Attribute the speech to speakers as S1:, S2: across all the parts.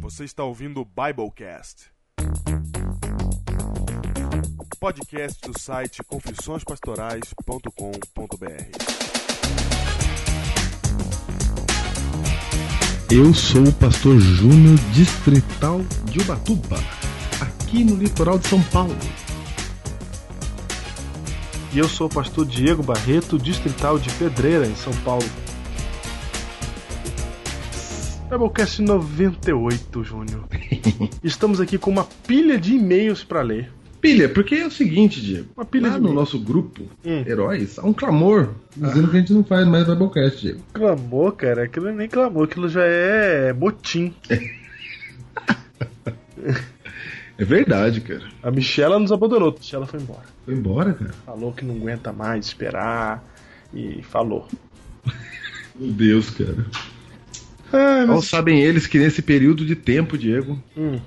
S1: Você está ouvindo o Biblecast. Podcast do site confissõespastorais.com.br.
S2: Eu sou o pastor Júnior, distrital de Ubatuba, aqui no litoral de São Paulo.
S3: E eu sou o pastor Diego Barreto, distrital de Pedreira, em São Paulo. Doublecast 98, Júnior. Estamos aqui com uma pilha de e-mails pra ler.
S2: Pilha, porque é o seguinte, Diego.
S3: Uma pilha
S2: lá
S3: de
S2: no
S3: e-mail.
S2: nosso grupo,
S3: Hum.
S2: heróis, há um clamor dizendo
S3: Ah.
S2: que a gente não faz mais Biblecast, Diego.
S3: Clamou, cara. Aquilo nem clamou, aquilo já é motim.
S2: É verdade, cara.
S3: A Michela nos abandonou. A Michela foi embora.
S2: Foi embora, cara.
S3: Falou que não aguenta mais esperar. E falou.
S2: Meu Deus, cara.
S3: Ah,
S2: Mal sabem eles que nesse período de tempo, Diego,
S3: Hum.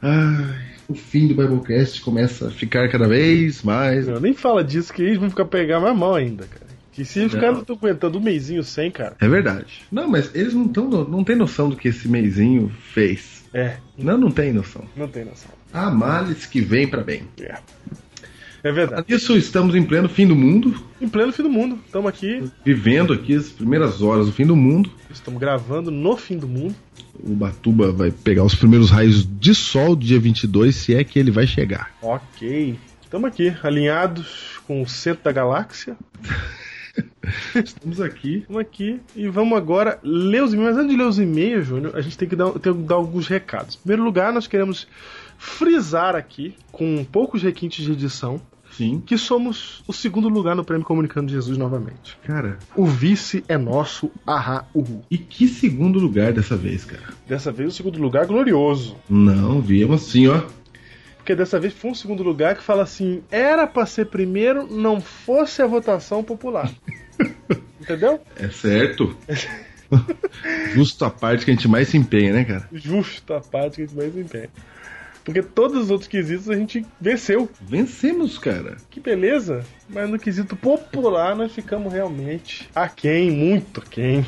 S2: ai, o fim do Biblecast começa a ficar cada vez mais.
S3: Não, nem fala disso que eles vão ficar pegar mais mal ainda, cara. Que se eles ficarem
S2: Não.
S3: aguentando um mêsinho sem, cara.
S2: É verdade. Não, mas eles não, tão, no- não têm noção do que esse meizinho fez.
S3: É,
S2: Não, não tem noção.
S3: não tem noção.
S2: Há males que vêm pra bem.
S3: É. É verdade.
S2: Isso, estamos em pleno fim do mundo,
S3: Em pleno fim do mundo. Estamos aqui,
S2: vivendo aqui as primeiras horas do fim do mundo.
S3: estamos gravando no fim do mundo.
S2: O Batuba vai pegar os primeiros raios de sol do dia 22, se é que ele vai chegar.
S3: Ok. Estamos aqui, alinhados com o centro da galáxia.
S2: Estamos aqui.
S3: Estamos aqui e vamos agora ler os e-mails. Mas antes de ler os e-mails, Júnior, a gente tem que, dar, tem que dar alguns recados. Em primeiro lugar, nós queremos frisar aqui, com poucos requintes de edição,
S2: Sim.
S3: que somos o segundo lugar no Prêmio Comunicando Jesus novamente.
S2: Cara,
S3: O vice é nosso, ahá, uhu.
S2: e que segundo lugar dessa vez, cara?
S3: Dessa vez o segundo lugar é glorioso.
S2: Não, viemos assim, ó.
S3: Porque dessa vez foi um segundo lugar que fala assim: era pra ser primeiro, não fosse a votação popular. Entendeu?
S2: É certo. Justo a parte que a gente mais se empenha, né, cara?
S3: Justo a parte que a gente mais empenha. Porque todos os outros quesitos a gente venceu.
S2: Vencemos, cara.
S3: Que beleza! Mas no quesito popular nós ficamos realmente aquém, muito aquém.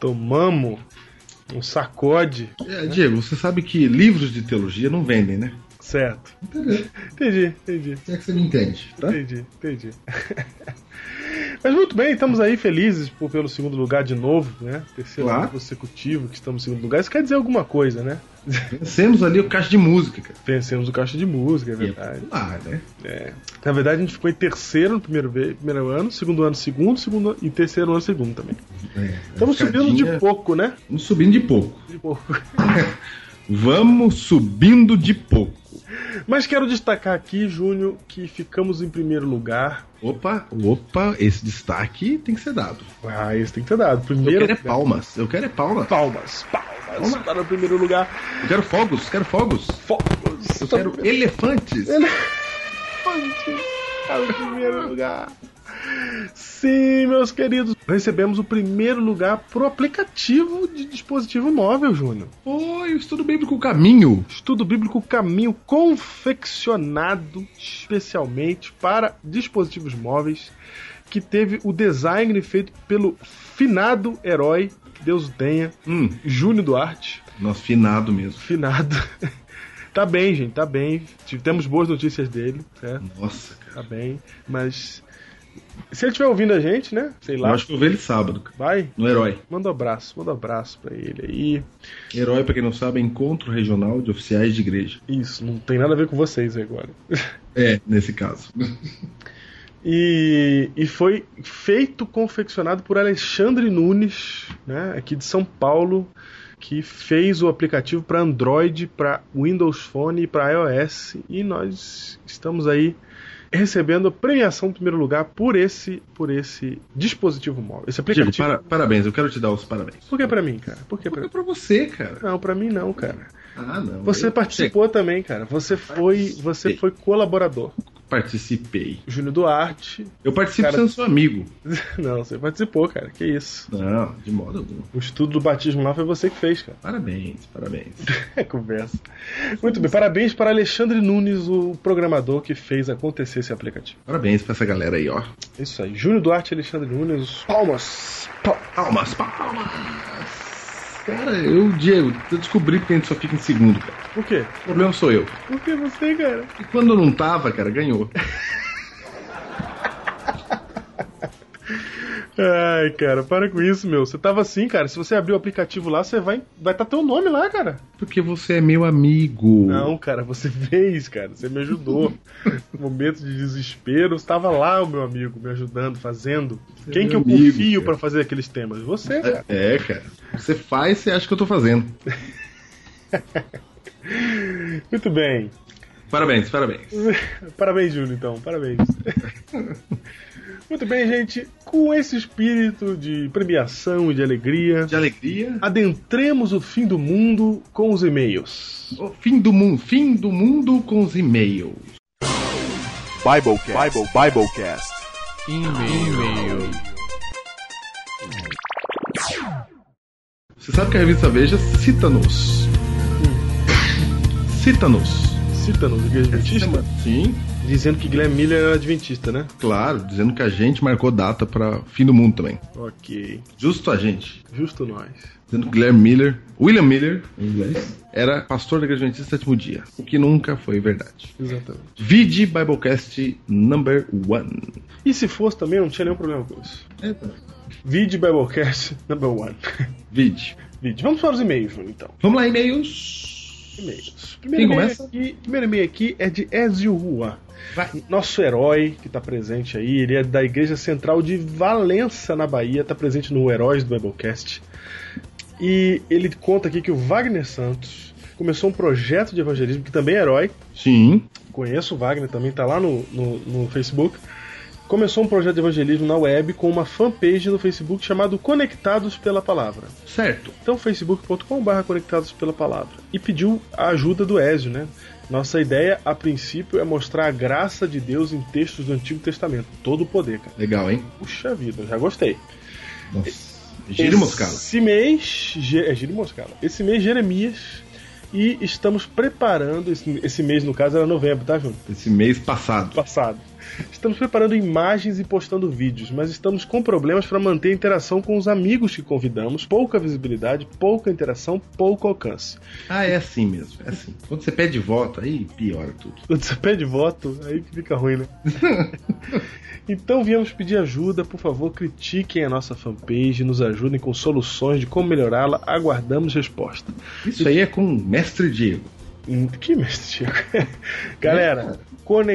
S3: Tomamos um sacode.
S2: É, Diego, você sabe que livros de teologia não vendem, né?
S3: Certo.
S2: Entendeu?
S3: Entendi, entendi.
S2: Se é que você me entende, tá?
S3: Entendi, entendi. Mas muito bem, estamos aí felizes por- pelo segundo lugar de novo, né? Terceiro
S2: Claro.
S3: ano consecutivo que estamos em segundo lugar. Isso quer dizer alguma coisa, né?
S2: Vencemos ali o caixa de música, cara.
S3: Vencemos o caixa de música, é
S2: E é
S3: verdade.
S2: popular, né?
S3: Na verdade, a gente ficou em terceiro no primeiro, ve- primeiro ano, segundo ano, segundo, segundo e terceiro ano, segundo também.
S2: É,
S3: Estamos subindo de
S2: escadinha-
S3: pouco, né?
S2: Vamos subindo de pouco.
S3: De pouco.
S2: Vamos subindo de pouco.
S3: Mas quero destacar aqui, Júnior, que ficamos em primeiro lugar.
S2: Opa, opa, esse destaque tem que ser dado.
S3: Ah, isso tem que ser dado.
S2: Eu
S3: Primeiro.
S2: quero é palmas, eu quero é palmas.
S3: Palmas, palmas para o primeiro lugar.
S2: Eu quero fogos, quero fogos.
S3: Focos.
S2: Eu quero elefantes.
S3: elefante para o Tá primeiro lugar. Sim, meus queridos, recebemos o primeiro lugar pro aplicativo de dispositivo móvel, Júnior.
S2: Foi o estudo bíblico o caminho.
S3: Estudo bíblico Caminho confeccionado especialmente para dispositivos móveis, que teve o design feito pelo finado herói, que Deus o tenha,
S2: Hum,
S3: Júnior Duarte.
S2: nossa, finado mesmo.
S3: Finado. tá bem, gente, tá bem. Temos boas notícias dele, certo?
S2: Nossa, cara.
S3: Tá bem, mas. Se ele estiver ouvindo a gente, né? Sei
S2: Eu
S3: lá.
S2: acho que eu vi ele sábado, cara.
S3: Vai,
S2: No Herói.
S3: manda um abraço, manda um abraço pra ele aí.
S2: Herói, pra quem não sabe, é encontro regional de oficiais de igreja.
S3: Isso, não tem nada a ver com vocês agora.
S2: É, nesse caso.
S3: E, e foi feito, confeccionado por Alexandre Nunes, né, aqui de São Paulo, que fez o aplicativo para Android, para Windows Phone e para iOS. E nós estamos aí recebendo a premiação em primeiro lugar por esse, por esse dispositivo móvel. Esse
S2: Diego,
S3: aplicativo.
S2: para- parabéns, eu quero te dar os parabéns.
S3: Por que pra mim, cara? Por que pra
S2: Porque é pra você, cara.
S3: Não, pra mim não, cara.
S2: Ah, não.
S3: Você
S2: Eu
S3: participou também, cara. Você foi, você foi colaborador.
S2: che- Participei.
S3: Júnior Duarte.
S2: Eu participo
S3: Cara-
S2: sendo seu amigo.
S3: Não, você participou, cara. Que isso.
S2: Não, de modo algum.
S3: O estudo do batismo lá foi você que fez, cara.
S2: Parabéns, parabéns.
S3: É conversa. Muito bem, parabéns para Alexandre Nunes, o programador que fez acontecer esse aplicativo.
S2: Parabéns pra essa galera aí, ó.
S3: É Isso aí. Júnior Duarte e Alexandre Nunes. Palmas!
S2: Palmas, palmas. Cara, eu, Diego, eu descobri porque a gente só fica em segundo, cara.
S3: Por quê?
S2: O problema sou eu.
S3: Por que você, cara?
S2: E quando eu não tava, cara, ganhou.
S3: Ai, cara, para com isso, meu. Você tava assim, cara. Se você abrir o aplicativo lá, você vai vai tá teu nome lá, cara.
S2: Porque você é meu amigo.
S3: Não, cara, você fez, cara. Você me ajudou. Momento de desespero, estava lá o meu amigo me ajudando, fazendo. Quem
S2: meu
S3: que eu
S2: é amigo,
S3: confio
S2: cara.
S3: pra fazer aqueles temas? Você, cara.
S2: É, cara. Você faz, você acha que eu tô fazendo.
S3: Muito bem.
S2: Parabéns, parabéns.
S3: Parabéns, Júlio, então. Parabéns. Muito bem, gente. Com esse espírito de premiação e de alegria,
S2: De alegria.
S3: adentremos o fim do mundo com os e-mails.
S2: O fim do mundo, fim do mundo com os e-mails.
S1: Biblecast. Bible, Biblecast.
S2: E-mail. Você sabe que a revista Veja cita-nos. Cita-nos.
S3: Cita-nos, Igreja Adventista,
S2: Sim,
S3: dizendo que Guilherme Miller era adventista, né?
S2: claro, dizendo que a gente marcou data pra fim do mundo também.
S3: Ok.
S2: Justo a gente.
S3: Justo nós.
S2: Dizendo que Guilherme Miller, William Miller, em inglês, era pastor da Igreja Adventista do Sétimo Dia, o que nunca foi verdade.
S3: Exatamente.
S2: Vide Biblecast number one.
S3: E se fosse também, eu não tinha nenhum problema com isso.
S2: É,
S3: Vide Biblecast number one.
S2: Vide.
S3: Vide. Vamos para os e-mails, Júlio, então.
S2: Vamos lá, e-mails.
S3: E-mails.
S2: Quem
S3: Primeiro e-mail
S2: começa?
S3: aqui- primeiro e-mail aqui é de Ezio Juan.
S2: Vai.
S3: Nosso herói que está presente aí, ele é da Igreja Central de Valença, na Bahia, está presente no Heróis do Biblecast. E ele conta aqui que o Wagner Santos começou um projeto de evangelismo, que também é herói,
S2: Sim.
S3: conheço o Wagner, também tá lá no, no, no Facebook. Começou um projeto de evangelismo na web com uma fanpage no Facebook chamado Conectados pela Palavra.
S2: Certo.
S3: Então, facebook.com.br Conectados pela Palavra. E pediu a ajuda do Ezio, né? Nossa ideia, a princípio, é mostrar a graça de Deus em textos do Antigo Testamento. Todo o poder, cara.
S2: Legal, hein?
S3: Puxa vida, já gostei.
S2: Giro Moscala.
S3: Esse mês. Ge- É Giro Moscala. Esse mês, Jeremias. E estamos preparando. Esse, esse mês, no caso, era novembro, tá, Júnior?
S2: Esse mês passado.
S3: passado. Estamos preparando imagens e postando vídeos, mas estamos com problemas para manter a interação com os amigos que convidamos. Pouca visibilidade, pouca interação, pouco alcance.
S2: Ah, é assim mesmo. É assim. Quando você pede voto, aí piora tudo.
S3: Quando você pede voto, aí que fica ruim, né? então viemos pedir ajuda, por favor, critiquem a nossa fanpage, nos ajudem com soluções de como melhorá-la, aguardamos resposta.
S2: Isso aí é com o mestre Diego.
S3: Hum, Que mestre, Chico. Galera,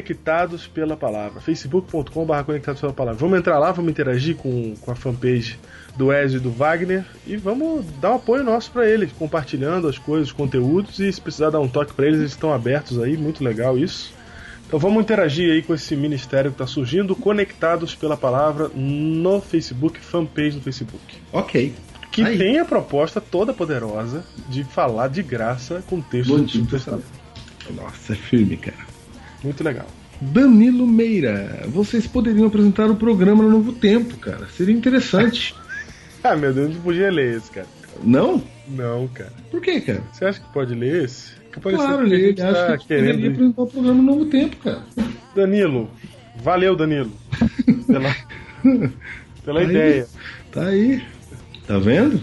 S3: conectados pela palavra. facebook.com.br conectados pela palavra. Vamos entrar lá, vamos interagir com, com a fanpage do Ezio e do Wagner e vamos dar um apoio nosso pra eles, compartilhando as coisas, os conteúdos e se precisar dar um toque pra eles, eles estão abertos aí, muito legal isso. Então vamos interagir aí com esse ministério que tá surgindo, conectados pela palavra no Facebook, fanpage do Facebook.
S2: Ok.
S3: Que
S2: Aí.
S3: tem a proposta toda poderosa de falar de graça com texto
S2: Do
S3: do
S2: Antigo
S3: Antigo Testamento.
S2: Nossa, é firme, cara.
S3: Muito legal.
S2: Danilo Meira, vocês poderiam apresentar o programa no Novo Tempo, cara. Seria interessante.
S3: Ah, meu Deus, não podia ler esse, cara.
S2: Não?
S3: Não, cara.
S2: Por quê, cara?
S3: Você acha que pode ler esse? Que pode
S2: Claro,
S3: ser que a gente
S2: ele acha que a
S3: é, tá
S2: gente
S3: querendo.
S2: poderia apresentar o programa no Novo Tempo, cara.
S3: Danilo, valeu, Danilo. Pela, pela
S2: Aí.
S3: ideia.
S2: Tá aí. Tá vendo?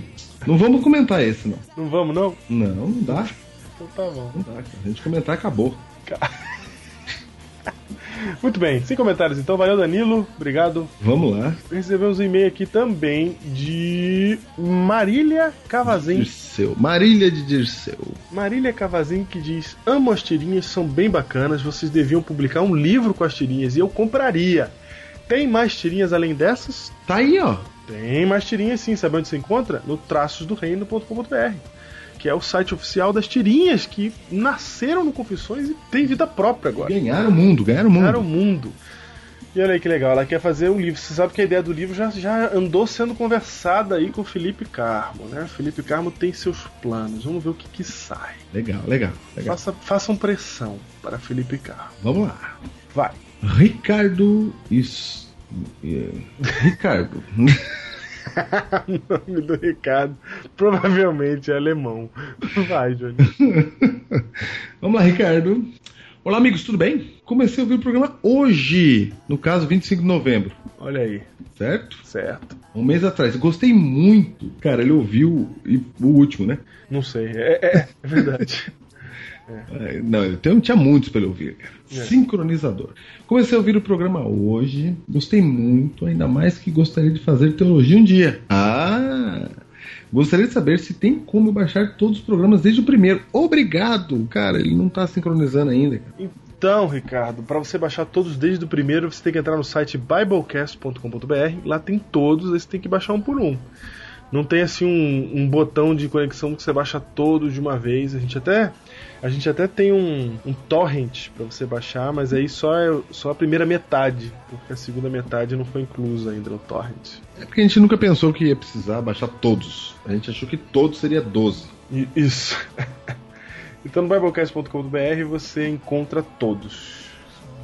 S2: Não vamos comentar esse, não.
S3: Não vamos, não?
S2: Não, não dá.
S3: Então tá bom.
S2: Não dá, cara. A gente comentar acabou.
S3: Muito bem, sem comentários então. Valeu, Danilo. Obrigado.
S2: Vamos lá.
S3: Recebemos um e-mail aqui também de Marília Cavazin.
S2: Dirceu. Marília de Dirceu.
S3: Marília Cavazin que diz: Amo as tirinhas, são bem bacanas. Vocês deviam publicar um livro com as tirinhas e eu compraria. Tem mais tirinhas além dessas?
S2: Tá aí, ó.
S3: Tem mais tirinhas sim, sabe onde você encontra? No traçosdoreino.com.br, que é o site oficial das tirinhas que nasceram no Confissões e tem vida própria agora.
S2: Ganharam o mundo, ganharam o mundo.
S3: Ganharam o mundo. E olha aí que legal, ela quer fazer um livro. Você sabe que a ideia do livro já, já andou sendo conversada aí com o Felipe Carmo, né? O Felipe Carmo tem seus planos. Vamos ver o que, que sai.
S2: Legal, legal, legal.
S3: Faça, façam pressão para Felipe Carmo.
S2: Vamos lá.
S3: Vai.
S2: Ricardo. Isso. é, Ricardo.
S3: o nome do Ricardo provavelmente é alemão. Vai, Júnior.
S2: Vamos lá, Ricardo. Olá, amigos, tudo bem? Comecei a ouvir o programa hoje, no caso 25 de novembro,
S3: Olha aí,
S2: certo?
S3: certo.
S2: Um mês atrás. Gostei muito. Cara, ele ouviu e- o último, né?
S3: Não sei, é, é- é verdade.
S2: É, Não, eu tenho- tinha muitos pra ele ouvir, cara.
S3: É.
S2: Sincronizador. Comecei a ouvir o programa hoje, gostei muito, ainda mais que gostaria de fazer teologia um dia. Ah! Gostaria de saber se tem como baixar todos os programas desde o primeiro. Obrigado! Cara, ele não tá sincronizando ainda, cara.
S3: Então, Ricardo, para você baixar todos desde o primeiro, você tem que entrar no site biblecast.com.br. Lá tem todos, aí você tem que baixar um por um. Não tem assim um, um botão de conexão que você baixa todos de uma vez. A gente até a gente até tem um, um torrent para você baixar, mas aí só é- só a primeira metade, porque a segunda metade não foi inclusa ainda no torrent.
S2: É porque a gente nunca pensou que ia precisar baixar todos. A gente achou que todos seria 12.
S3: I- Isso. então no biblecast.com.br você encontra todos.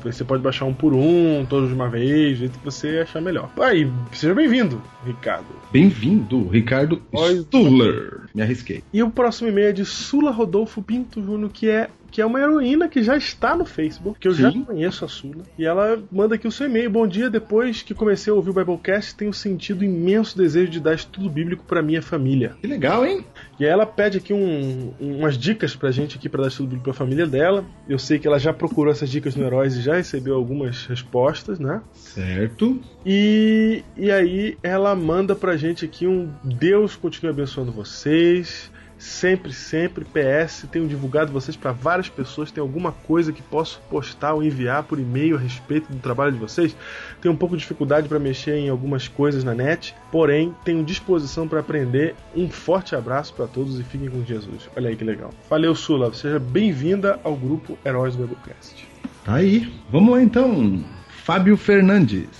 S3: Você pode baixar um por um, todos de uma vez, do jeito que você achar melhor. Aí, seja bem-vindo, Ricardo.
S2: Bem-vindo, Ricardo
S3: Oi.
S2: Stuller. Me arrisquei.
S3: E o próximo e-mail é de Sula Rodolfo Pinto Júnior, que é, que é uma heroína que já está no Facebook, que eu já
S2: Sim.
S3: conheço a Sula. E ela manda aqui o seu e-mail. Bom dia, depois que comecei a ouvir o Biblecast, tenho sentido imenso desejo de dar estudo bíblico para minha família.
S2: Que legal, hein?
S3: E aí ela pede aqui um- umas dicas pra gente aqui pra dar estudo bíblico pra família dela. Eu sei que ela já procurou essas dicas no Heróis e já recebeu algumas respostas, né?
S2: Certo.
S3: E, e aí ela manda pra gente aqui um Deus continue abençoando vocês. Sempre, sempre, PS, tenho divulgado vocês pra várias pessoas. Tem alguma coisa que posso postar ou enviar por e-mail a respeito do trabalho de vocês? Tenho um pouco de dificuldade pra mexer em algumas coisas na net, porém tenho disposição pra aprender. Um forte abraço pra todos e fiquem com Jesus. Olha aí que legal. Valeu, Sula. Seja bem-vinda ao grupo Heróis do Biblecast.
S2: Tá aí. Vamos lá então. Fábio Fernandes.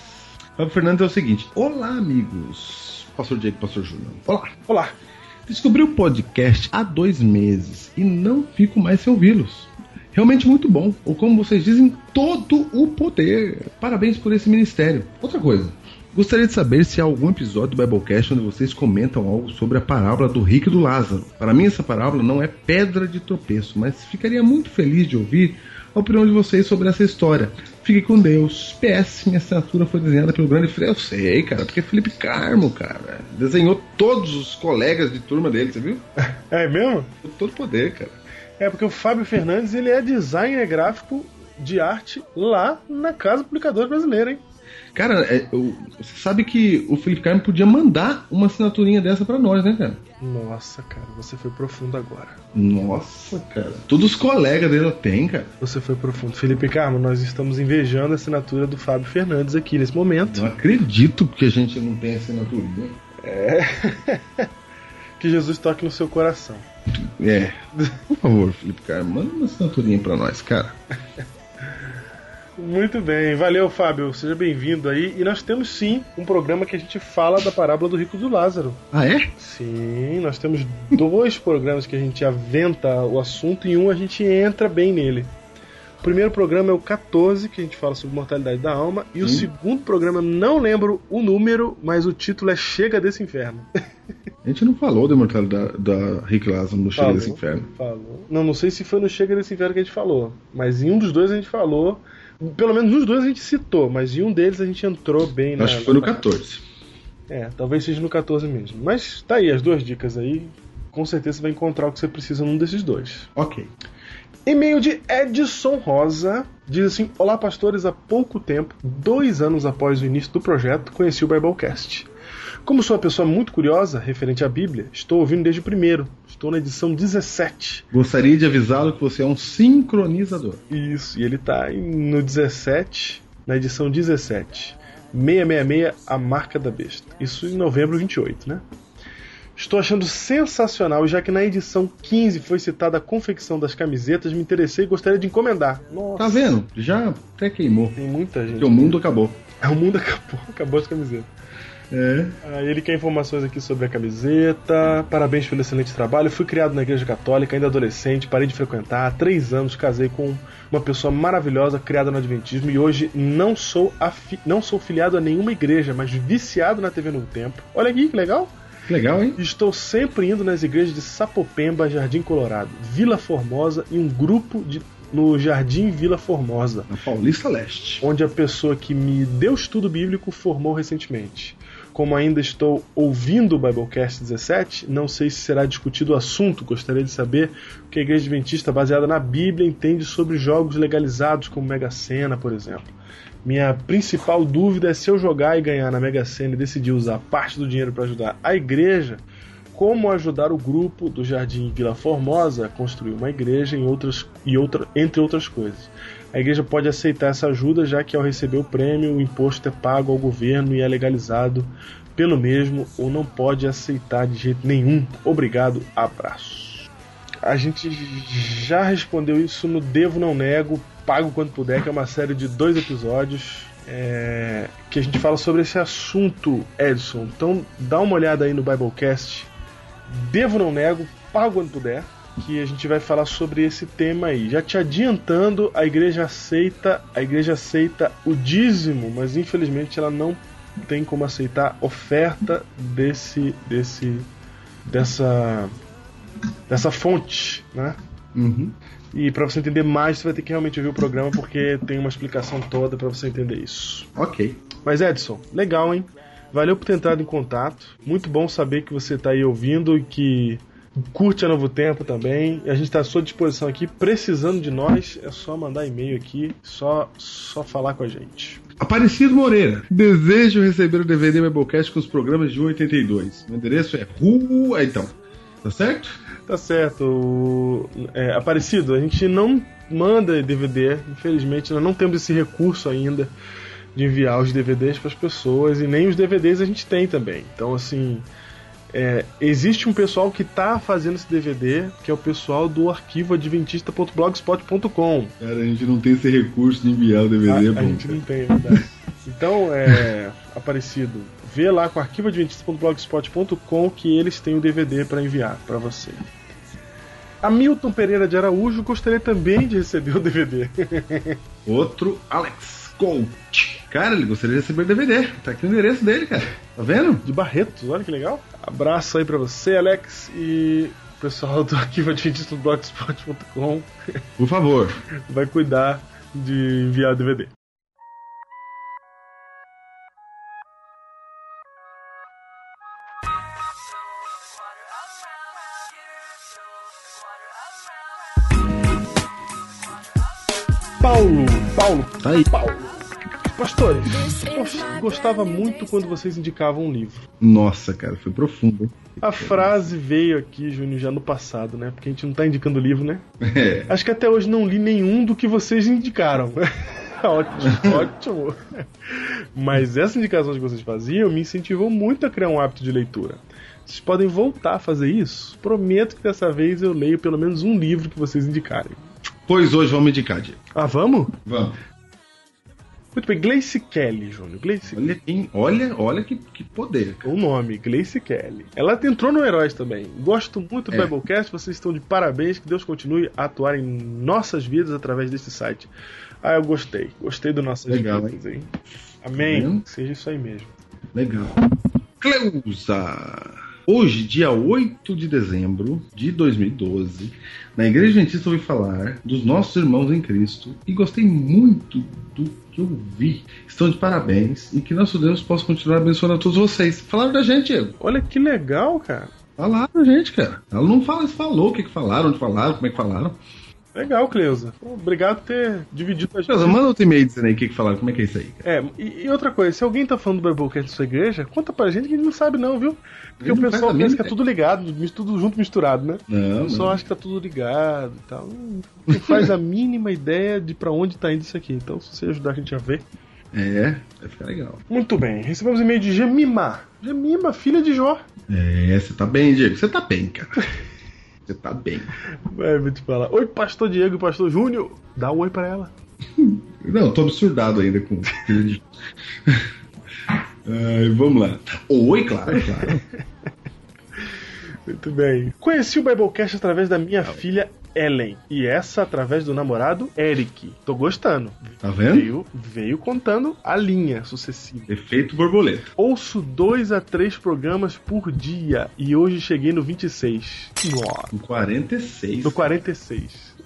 S2: Fábio Fernandes é o seguinte: Olá, amigos. Pastor Diego, Pastor Júnior. Olá.
S3: Olá.
S2: Descobri o podcast há dois meses e não fico mais sem ouvi-los. Realmente muito bom, ou como vocês dizem, todo o poder. Parabéns por esse ministério. Outra coisa, gostaria de saber se há algum episódio do Biblecast onde vocês comentam algo sobre a parábola do rico e do Lázaro. Para mim, essa parábola não é pedra de tropeço, mas ficaria muito feliz de ouvir a opinião de vocês sobre essa história. Fique com Deus. PS, minha assinatura foi desenhada pelo grande Felipe. Eu sei, cara, porque é Felipe Carmo, cara. Desenhou todos os colegas de turma dele, você viu?
S3: É mesmo?
S2: Com Todo poder, cara.
S3: É porque o Fábio Fernandes ele é designer gráfico de arte lá na Casa Publicadora Brasileira, hein?
S2: Cara, é, eu- você sabe que o Felipe Carmo podia mandar uma assinaturinha dessa pra nós, né, cara?
S3: Nossa, cara, você foi profundo agora.
S2: Nossa, cara. Todos os colegas dele tem, cara.
S3: Você foi profundo. Felipe Carmo, nós estamos invejando a assinatura do Fábio Fernandes aqui nesse momento.
S2: Não acredito que a gente não tem assinaturinha.
S3: Que Jesus toque no seu coração.
S2: É. Por favor, Felipe Carmo, manda uma assinaturinha pra nós, cara.
S3: Muito bem, valeu Fábio, seja bem-vindo aí. E nós temos sim um programa que a gente fala da parábola do rico e do Lázaro.
S2: Ah, é?
S3: Sim, nós temos dois programas que a gente aventa o assunto e um a gente entra bem nele. O primeiro programa é o 14, que a gente fala sobre mortalidade da alma, e o
S2: Sim.
S3: segundo programa, não lembro o número, mas o título é Chega desse Inferno.
S2: A gente não falou da imortalidade da Rick Lázaro no Chega
S3: Falou.
S2: desse Inferno.
S3: Falou. Não, não sei se foi no Chega desse Inferno que a gente falou, mas em um dos dois a gente falou. Pelo menos nos dois a gente citou, mas em um deles a gente entrou bem na.
S2: Acho que foi no
S3: na-
S2: 14.
S3: É, talvez seja no 14 mesmo. Mas tá aí as duas dicas aí. Com certeza você vai encontrar o que você precisa num desses dois.
S2: Ok.
S3: E-mail de Edson Rosa diz assim: Olá, pastores. Há pouco tempo, dois anos após o início do projeto, conheci o Biblecast. Como sou uma pessoa muito curiosa referente à Bíblia, estou ouvindo desde o primeiro. Estou na edição 17.
S2: Gostaria de avisá-lo que você é um sincronizador.
S3: Isso, e ele tá em- no 17, na edição 17. 666, a marca da besta. Isso em novembro 28, né? Estou achando sensacional, já que na edição 15 foi citada a confecção das camisetas, me interessei e gostaria de encomendar. Nossa,
S2: Tá vendo? Já até queimou.
S3: tem muita gente.
S2: Porque o mundo acabou.
S3: é, O mundo acabou, acabou as camisetas.
S2: É.
S3: Ah, ele quer informações aqui sobre a camiseta. Parabéns pelo excelente trabalho. Fui criado na Igreja Católica, ainda adolescente, parei de frequentar. Há três anos casei com uma pessoa maravilhosa, criada no Adventismo, e hoje não sou, afi- não sou filiado a nenhuma igreja, mas viciado na TV Novo Tempo. Olha aqui que legal!
S2: Que Legal, hein?
S3: Estou sempre indo nas igrejas de Sapopemba, Jardim Colorado, Vila Formosa e um grupo de no Jardim Vila Formosa,
S2: na Paulista Leste.
S3: onde a pessoa que me deu estudo bíblico formou recentemente. Como ainda estou ouvindo o Biblecast 17, não sei se será discutido o assunto. Gostaria de saber o que a Igreja Adventista, baseada na Bíblia, entende sobre jogos legalizados, como Mega Sena, por exemplo. Minha principal dúvida é se eu jogar e ganhar na Mega Sena e decidir usar parte do dinheiro para ajudar a igreja, como ajudar o grupo do Jardim Vila Formosa a construir uma igreja em outras, e outra, entre outras coisas. A igreja pode aceitar essa ajuda, já que ao receber o prêmio, o imposto é pago ao governo e é legalizado pelo mesmo, ou não pode aceitar de jeito nenhum. Obrigado, abraço. A gente já respondeu isso no Devo Não Nego, Pago Quando Puder, que é uma série de dois episódios. é, que a gente fala sobre esse assunto, Edson. Então dá uma olhada aí no Biblecast Devo Não Nego, pago quando puder, que a gente vai falar sobre esse tema aí. Já te adiantando, a igreja aceita, a igreja aceita o dízimo, mas infelizmente ela não tem como aceitar oferta desse desse dessa dessa fonte, né?
S2: Uhum.
S3: E para você entender mais, você vai ter que realmente ouvir o programa porque tem uma explicação toda para você entender isso.
S2: Ok.
S3: Mas Edson, legal, hein? Valeu por ter entrado em contato. Muito bom saber que você tá aí ouvindo e que curte a Novo Tempo também. A gente tá à sua disposição aqui. Precisando de nós, é só mandar e-mail aqui, só só falar com a gente.
S2: Aparecido Moreira, desejo receber o DVD Biblecast com os programas de 182. Meu endereço é rua. Então, tá certo?
S3: Tá certo. o- é, Aparecido, a gente não manda DVD, infelizmente, nós não temos esse recurso ainda de enviar os DVDs para as pessoas e nem os DVDs a gente tem também. Então, assim, é, existe um pessoal que tá fazendo esse DVD, que é o pessoal do arquivo adventista.blogspot.com.
S2: Cara, a gente não tem esse recurso de enviar o
S3: A,
S2: DVD,
S3: a gente não tem, é verdade. Então, é, Aparecido, vê lá com arquivoadventista.blogspot.com que eles têm o DVD para enviar para você. Hamilton Pereira de Araújo gostaria também de receber o DVD.
S2: Outro Alex Coach. Cara, ele gostaria de receber o DVD. Tá aqui o endereço dele, cara. Tá vendo?
S3: De Barretos, olha que legal. Abraço aí para você, Alex, e o pessoal do arquivoadventista.blogspot.com
S2: Por favor.
S3: vai cuidar de enviar o DVD. Paulo, Paulo,
S2: Tá aí.
S3: Paulo. Pastores, eu gostava muito quando vocês indicavam um livro.
S2: Nossa, cara, foi profundo. hein?
S3: A frase veio aqui, Júnior, já no passado, né? Porque a gente não tá indicando livro, né?
S2: É.
S3: Acho que até hoje não li nenhum do que vocês indicaram. ótimo, ótimo. Mas essas indicações que vocês faziam me incentivou muito a criar um hábito de leitura. Vocês podem voltar a fazer isso? Prometo que dessa vez eu leio pelo menos um livro que vocês indicarem.
S2: Pois hoje vamos indicar, Diego.
S3: Ah, vamos?
S2: Vamos.
S3: Muito bem, Gleice Kelly, Júnior. Gleice
S2: Olha, quem- olha, olha que, que poder.
S3: O nome, Gleice Kelly. Ela entrou no Heróis também. Gosto muito do
S2: É.
S3: Biblecast, vocês estão de parabéns, que Deus continue a atuar em nossas vidas através deste site. Ah, eu gostei. Gostei do nossas
S2: Legal,
S3: vidas, hein? Amém.
S2: Tá vendo?
S3: Que Seja isso aí mesmo.
S2: Legal. Cleusa! Hoje, dia 8 de dezembro de 2012, na Igreja Adventista eu ouvi falar dos nossos irmãos em Cristo e gostei muito do que eu vi. Estão de parabéns e que nosso Deus possa continuar abençoando a todos vocês. Falaram da gente, Diego.
S3: Olha que legal, cara.
S2: Falaram da gente, cara. Ela não fala, falou o que, que falaram, onde falaram, como é que falaram.
S3: Legal, Cleusa. Pô, Obrigado por ter dividido a gente.
S2: Cleusa, manda outro e-mail dizendo aí o que, que falaram, como é que é isso aí, cara.
S3: É, e, e outra coisa, se alguém tá falando do Biblecast da sua igreja, conta pra gente que a gente não sabe não, viu? Porque
S2: A
S3: o
S2: gente não faz
S3: pessoal
S2: a mínima
S3: pensa que é
S2: ideia.
S3: tudo ligado, mis- tudo junto misturado, né? O
S2: Não,
S3: pessoal
S2: não.
S3: acha que tá tudo ligado e tal. Hum, Não faz a mínima ideia de pra onde tá indo isso aqui. Então, se você ajudar a gente a ver.
S2: É, vai ficar legal.
S3: Muito bem, recebemos e-mail de Gemima. Gemima, filha de Jó.
S2: É, você tá bem, Diego? Você tá bem, cara. Você tá bem.
S3: Vai, É, vou te falar. Oi, pastor Diego e pastor Júnior. Dá um oi pra ela.
S2: Não, eu tô absurdado ainda com. Ai, vamos lá. Oi, claro, claro.
S3: Muito bem. Conheci o Biblecast através da minha filha Ellen. E essa através do namorado Eric. Tô gostando.
S2: Tá vendo?
S3: Veio, veio contando a linha sucessiva.
S2: Efeito borboleta.
S3: Ouço dois a três programas por dia. E hoje cheguei no 26. Nossa.
S2: Com 46.
S3: No 46.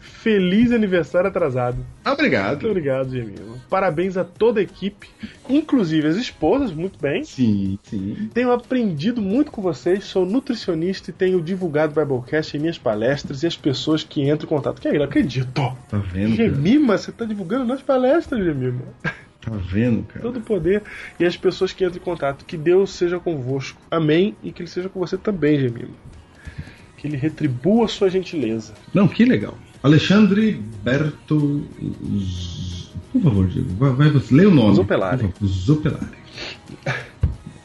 S3: Feliz aniversário atrasado. Muito
S2: Obrigado.
S3: obrigado, Gemila. Parabéns a toda a equipe, inclusive as esposas, muito bem.
S2: Sim, sim.
S3: Tenho aprendido muito com vocês, sou nutricionista e tenho divulgado o Biblecast em minhas palestras e as pessoas que entram em contato. Que eu não acredito.
S2: Tá vendo, cara?
S3: Gemima, você tá divulgando nas palestras, Gemima.
S2: Tá vendo, cara?
S3: Todo o poder e as pessoas que entram em contato. Que Deus seja convosco. Amém. E que Ele seja com você também, Gemima. Que Ele retribua a sua gentileza.
S2: Não, que legal. Alexandre Berto. Z- Por favor, Diego, vai, vai você. Lê o nome.
S3: Zopelari.
S2: Por favor, Zopelari.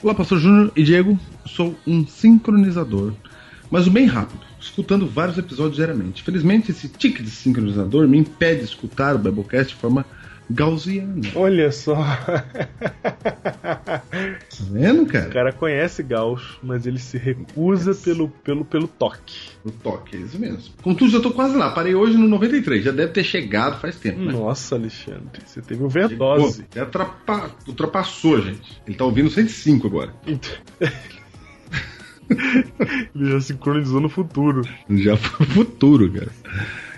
S2: Olá, Pastor Júnior e Diego. Sou um sincronizador, mas bem rápido, escutando vários episódios diariamente. Felizmente, esse tique de sincronizador me impede de escutar o Biblecast de forma gaussiana.
S3: Olha só.
S2: Tá vendo,
S3: O
S2: cara?
S3: cara conhece Gauss, mas ele se recusa pelo, pelo, pelo toque.
S2: O toque, é isso mesmo. Contudo, já tô quase lá. Parei hoje no 93. Já deve ter chegado faz tempo,
S3: Hum.
S2: né?
S3: Nossa, Alexandre, você teve um overdose.
S2: Pô, já atrapa- ultrapassou, gente. Ele tá ouvindo 105 agora.
S3: Então- ele já sincronizou no futuro.
S2: Já foi o futuro, cara.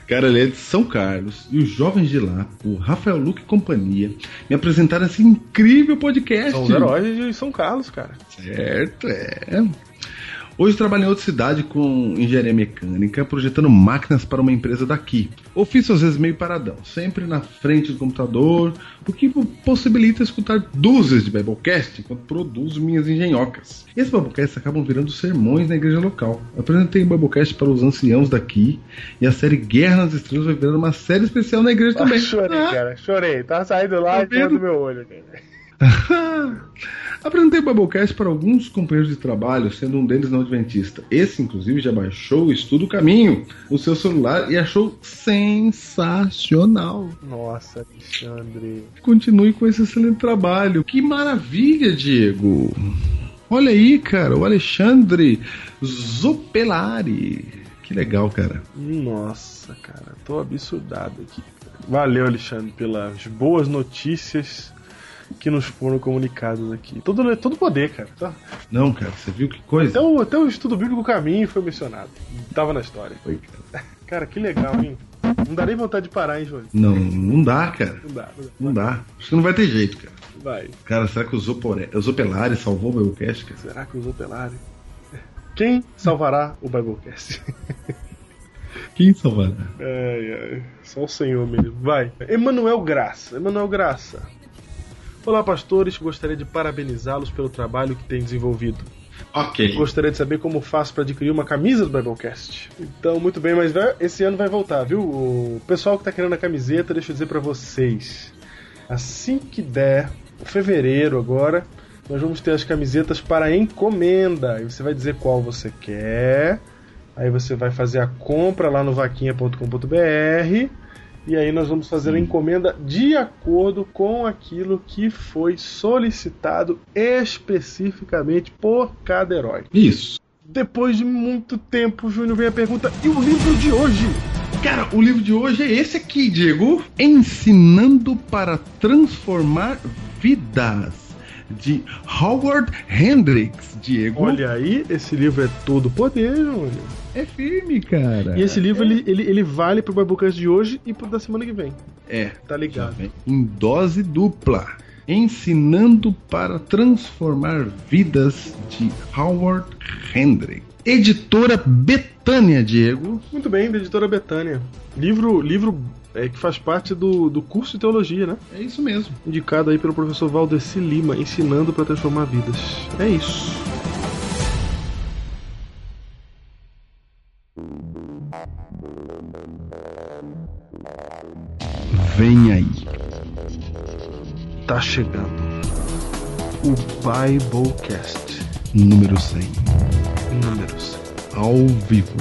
S2: Cara, ele é de São Carlos e os jovens de lá, o Rafael Luque e companhia, me apresentaram esse incrível podcast.
S3: São os É heróis de São Carlos, cara.
S2: Certo, é. Hoje trabalho em outra cidade com engenharia mecânica, projetando máquinas para uma empresa daqui. Ofício às vezes meio paradão, sempre na frente do computador, o que possibilita escutar dúzias de Biblecast enquanto produzo minhas engenhocas. Esses Biblecasts acabam virando sermões na igreja local. Eu apresentei o Biblecast para os anciãos daqui e a série Guerra nas Estrelas vai virar uma série especial na igreja
S3: Ah,
S2: também.
S3: chorei,
S2: Ah,
S3: cara. Chorei. Tá saindo lá
S2: Tá
S3: em cima do
S2: vendo?
S3: meu olho, cara.
S2: Apresentei o Babelcast para alguns companheiros de trabalho, sendo um deles não adventista. Esse, inclusive, já baixou o Estudo Caminho no seu celular e achou sensacional.
S3: Nossa, Alexandre.
S2: Continue com esse excelente trabalho. Que maravilha, Diego! Olha aí, cara, o Alexandre Zopelari. Que legal, cara.
S3: Nossa, cara. Tô absurdado aqui. cara. Valeu, Alexandre, pelas boas notícias que nos foram comunicadas aqui. Todo, todo poder, cara. Tá-
S2: Não, cara, você viu que coisa?
S3: Até o, Então, até o estudo bíblico caminho foi mencionado. Tava na história.
S2: Foi, cara.
S3: Cara, que legal, hein? Não dá nem vontade de parar, hein, João?
S2: Não, não dá, cara.
S3: Não dá, não dá.
S2: Não dá. Acho que não vai ter jeito, cara.
S3: Vai.
S2: Cara, será que o, Zopore... o Zopelari salvou o Babelcast, cara?
S3: Será que usou Pelari? Quem salvará o Biblecast?
S2: Quem salvará?
S3: Ai, ai. Só o Senhor mesmo. Vai. Emanuel Graça. Emanuel Graça. Olá, pastores. Gostaria de parabenizá-los pelo trabalho que têm desenvolvido.
S2: Ok.
S3: Gostaria de saber como faço para adquirir uma camisa do Biblecast. Então, muito bem, mas vai- esse ano vai voltar, viu? O pessoal que tá querendo a camiseta, deixa eu dizer para vocês. Assim que der, fevereiro agora, nós vamos ter as camisetas para encomenda. E você vai dizer qual você quer. Aí você vai fazer a compra lá no vaquinha.com.br. E aí nós vamos fazer a encomenda de acordo com aquilo que foi solicitado especificamente por cada herói.
S2: Isso.
S3: Depois de muito tempo, Júnior vem a pergunta: e o livro de hoje?
S2: Cara, o livro de hoje é esse aqui, Diego. Ensinando para Transformar Vidas, de Howard Hendricks, Diego.
S3: Olha aí, esse livro é todo poder, Júnior.
S2: é firme, cara.
S3: É. E esse livro ele, ele, ele vale pro Babucast de hoje e pro da semana que vem.
S2: É,
S3: Tá ligado?
S2: em dose dupla. Ensinando para Transformar Vidas, de Howard Hendricks. Editora Betânia, Diego.
S3: Muito bem, da editora Betânia. Livro, livro é, que faz parte do, do curso de teologia, né?
S2: É isso mesmo.
S3: Indicado aí pelo professor Valdeci Lima, ensinando para transformar vidas. É isso.
S2: Vem aí.
S3: Tá chegando. O Biblecast
S2: Número 100.
S3: números.
S2: Ao vivo.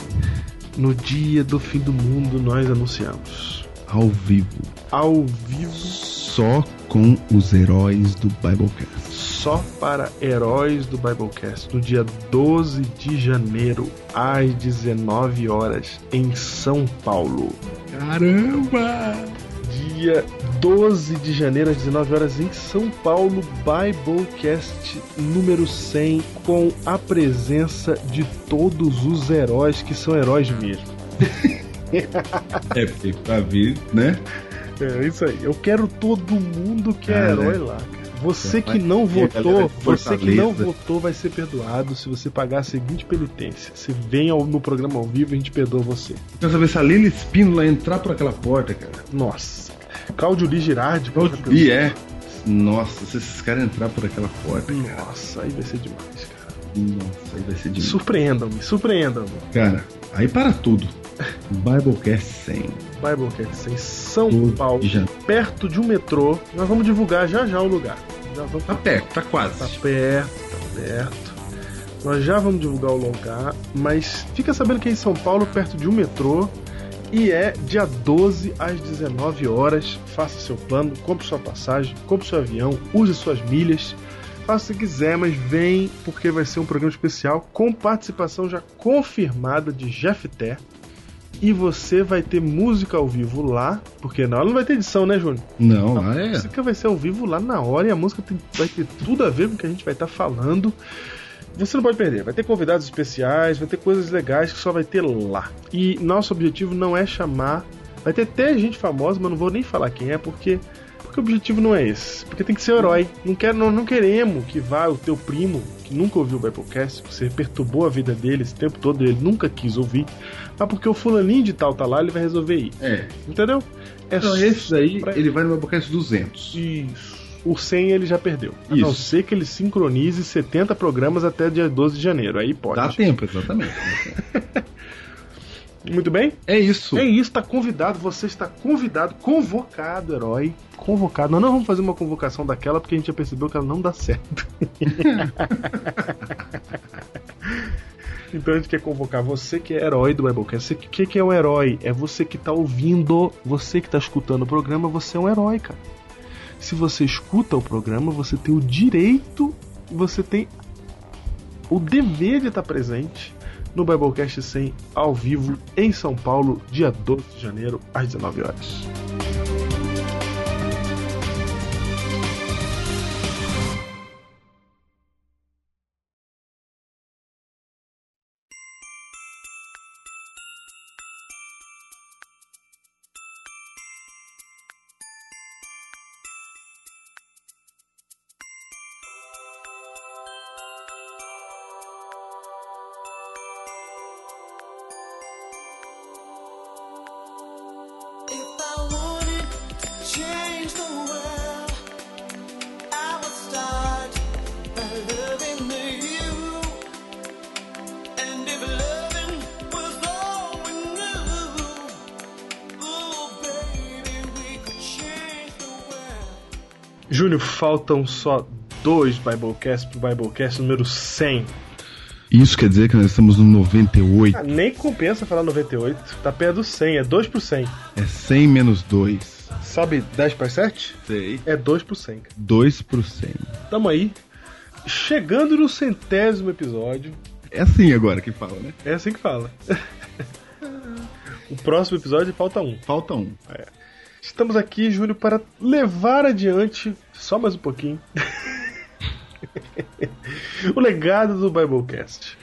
S3: No dia do fim do mundo nós anunciamos.
S2: Ao vivo.
S3: Ao vivo,
S2: Só com os heróis do Biblecast.
S3: só para heróis do Biblecast. No dia 12 de janeiro, às 19 horas, em São Paulo.
S2: Caramba!
S3: Dia 12 de janeiro, às 19 horas, em São Paulo, Biblecast número 100, com a presença de todos os heróis que são heróis mesmo.
S2: É, porque pra vir, né?
S3: É isso aí. Eu quero todo mundo que é
S2: Ah,
S3: herói
S2: né?
S3: lá. cara. Você
S2: Vai
S3: que não
S2: ter a galera
S3: votou,
S2: de
S3: você que não
S2: Fortaleza.
S3: votou vai ser perdoado se você pagar a seguinte penitência. Se vem ao, no programa ao vivo, a gente perdoa você.
S2: Quero saber se a Lila Espínola entrar por aquela porta, cara.
S3: Nossa. Claudio Lee Girardi.
S2: Pra
S3: cara,
S2: onde E é. Nossa, se esses caras entrar por aquela porta,
S3: Nossa, aí vai ser demais, cara.
S2: nossa, aí vai ser difícil.
S3: Surpreendam-me, surpreendam-me.
S2: Cara, aí para tudo. Biblecast 100.
S3: Biblecast em São
S2: 12 de
S3: Paulo,
S2: janeiro.
S3: perto de um metrô. Nós vamos divulgar já já o lugar. Já vamos
S2: Tá perto, tá quase.
S3: Tá perto, tá perto. Nós já vamos divulgar o lugar, mas fica sabendo que é em São Paulo, perto de um metrô, e é dia 12 às 19 horas. Faça seu plano, compre sua passagem, compre seu avião, use suas milhas. Faça o que quiser, mas vem porque vai ser um programa especial com participação já confirmada de Jeff Té. E você vai ter música ao vivo lá, porque não, ela não vai ter edição, né, Júnior?
S2: Não, lá é.
S3: A música vai ser ao vivo lá na hora e a música tem- vai ter tudo a ver com o que a gente vai estar falando. Você não pode perder, vai ter convidados especiais, vai ter coisas legais que só vai ter lá. E nosso objetivo não é chamar. Vai ter até gente famosa, mas não vou nem falar quem é, porque. Porque o objetivo não é esse. Porque tem que ser herói. Não, quero, não, não queremos que vá o teu primo, que nunca ouviu o Biblecast, que você perturbou a vida dele esse tempo todo, ele nunca quis ouvir. Ah, porque o fulaninho de tal tá lá, ele vai resolver ir.
S2: É.
S3: Entendeu? É
S2: Então, esses aí,
S3: pra-
S2: ele vai no Biblecast 200.
S3: isso. O 100 ele já perdeu. A
S2: Isso.
S3: não ser que ele sincronize 70 programas até dia 12 de janeiro. Aí pode.
S2: Dá tempo, exatamente.
S3: Muito bem?
S2: É isso.
S3: É isso, tá convidado. Você está convidado, convocado, herói. Convocado. Nós não vamos fazer uma convocação daquela porque a gente já percebeu que ela não dá certo. Então a gente quer convocar você que é herói do Biblecast. Você- O que, que é um herói? É você que tá ouvindo, você que tá escutando o programa, você é um herói, cara. Se você escuta o programa, você tem o direito, você tem o dever de estar tá presente no Biblecast 100 ao vivo em São Paulo, dia 12 de janeiro, às 19 horas.
S4: If I wanted to change the world, I would start by loving you. And if loving was all we knew, oh baby, we could change the world.
S3: Júnior, faltam só dois Biblecasts pro Biblecast número 100.
S2: Isso quer dizer que nós estamos no 98.
S3: Ah, nem compensa falar 98, tá perto do 100, é 2 por 100.
S2: É 100 menos 2.
S3: Sabe 10 para 7?
S2: Sei.
S3: É 2 por 100.
S2: 2 pro 100.
S3: Tamo aí, chegando no centésimo episódio.
S2: É assim agora que fala, né?
S3: É assim que fala. o próximo episódio falta um.
S2: Falta um.
S3: Estamos aqui, Júlio, para levar adiante só mais um pouquinho o legado do Biblecast.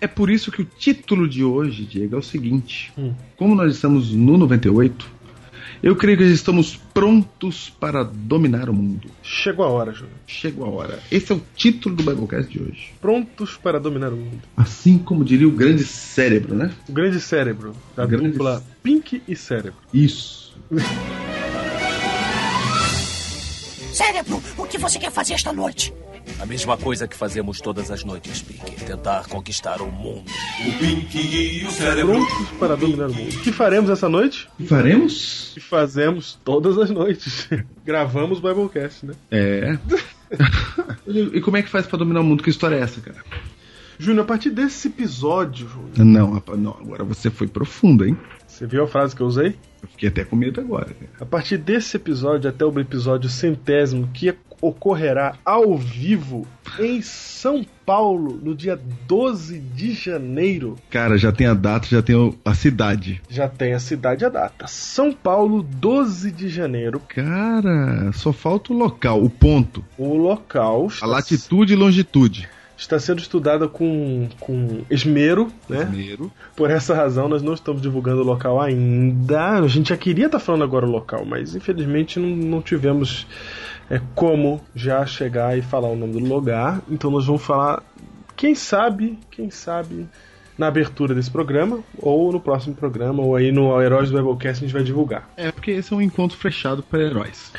S2: É por isso que o título de hoje, Diego, é o seguinte:
S3: Hum.
S2: Como nós estamos no 98, eu creio que estamos prontos para dominar o mundo.
S3: Chegou a hora, Júlio.
S2: Chegou a hora. Esse é o título do Biblecast de hoje.
S3: Prontos para dominar o mundo.
S2: Assim como diria o grande cérebro, né?
S3: O grande cérebro da
S2: O grande-
S3: dupla Pink e Cérebro.
S2: Isso.
S5: Cérebro, o que você quer fazer esta noite?
S6: A mesma coisa que fazemos todas as noites, Pink. Tentar conquistar o mundo.
S3: Prontos para dominar o mundo. O que faremos essa noite?
S2: E faremos?
S3: O que fazemos todas as noites. Gravamos o Biblecast, né?
S2: É. e como é que faz pra dominar o mundo? Que história é essa, cara?
S3: Júnior, a partir desse episódio, Júnior,
S2: Não, rapaz, não. Agora você foi profunda, hein?
S3: você viu a frase que eu usei?
S2: Eu fiquei até com medo agora. cara.
S3: A partir desse episódio até o episódio centésimo, que ocorrerá ao vivo em São Paulo, no dia 12 de janeiro,
S2: Cara, já tem a data, já tem o- a cidade.
S3: já tem a cidade e a data. São Paulo, 12 de janeiro.
S2: Cara, só falta o local, o ponto.
S3: O local
S2: A latitude e longitude.
S3: está sendo estudada com, com esmero, né?
S2: Primeiro.
S3: Por essa razão, nós não estamos divulgando o local ainda. A gente já queria estar falando agora o local, mas infelizmente não, não tivemos é, como já chegar e falar o nome do lugar. Então nós vamos falar, quem sabe, quem sabe, na abertura desse programa, ou no próximo programa, ou aí no Heróis do Webcast a gente vai divulgar.
S2: É porque esse é um encontro fechado para heróis.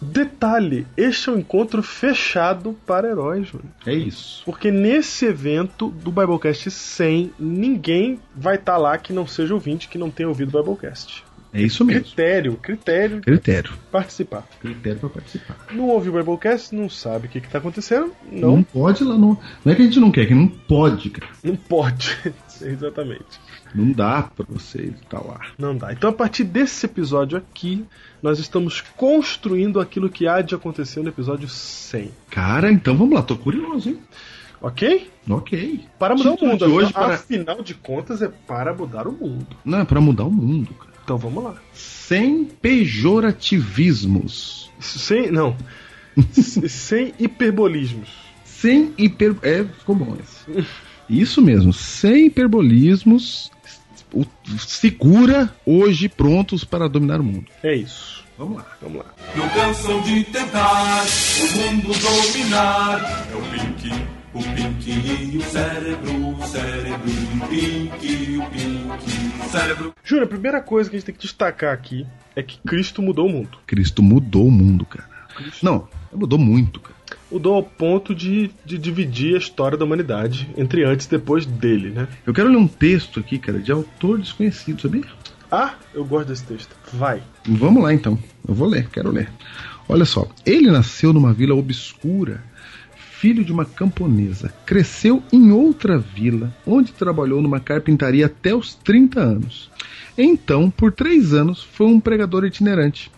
S3: Detalhe, este é um encontro fechado para heróis, mano.
S2: É isso.
S3: Porque nesse evento do Biblecast 100, ninguém vai estar lá que não seja ouvinte, que não tenha ouvido o Biblecast.
S2: É isso Hum? mesmo.
S3: Critério, critério de
S2: Critério.
S3: participar.
S2: Critério para participar.
S3: Não ouviu o Biblecast, não sabe o que, que tá acontecendo,
S2: Não,
S3: não,
S2: pode lá, não. Não é que a gente não quer, que não pode, cara.
S3: não pode. Exatamente.
S2: Não dá pra você estar lá.
S3: Não dá. Então, a partir desse episódio aqui, nós estamos construindo aquilo que há de acontecer no episódio 100.
S2: Cara, então vamos lá, tô curioso, hein?
S3: Ok?
S2: Ok.
S3: Para mudar o
S2: Título
S3: mundo.
S2: de hoje,
S3: afinal-
S2: para-
S3: Afinal de contas, é para mudar o mundo.
S2: Não, é pra mudar o mundo, cara.
S3: Então, vamos lá.
S2: Sem pejorativismos.
S3: Sem. Não. S- sem hiperbolismos.
S2: Sem hiper. É, ficou bom esse. Isso mesmo, sem hiperbolismos. o- Segura hoje prontos para dominar o mundo.
S3: É isso.
S2: Vamos lá.
S3: Vamos lá.
S7: Não cansam de tentar o mundo dominar. É o Pink, o Pink e o cérebro, o cérebro, o Pink, o Pink, o cérebro.
S3: Júnior, a primeira coisa que a gente tem que destacar aqui é que Cristo mudou o mundo.
S2: Cristo mudou o mundo, cara. Não, mudou muito, cara.
S3: Mudou ao ponto de, de dividir a história da humanidade entre antes e depois dele, né?
S2: Eu quero ler um texto aqui, cara, de autor desconhecido, sabia?
S3: Ah, eu gosto desse texto. Vai.
S2: Vamos lá então. Eu vou ler, quero ler. Olha só. Ele nasceu numa vila obscura, filho de uma camponesa. Cresceu em outra vila, onde trabalhou numa carpintaria até os 30 anos. Então, por três anos, foi um pregador itinerante.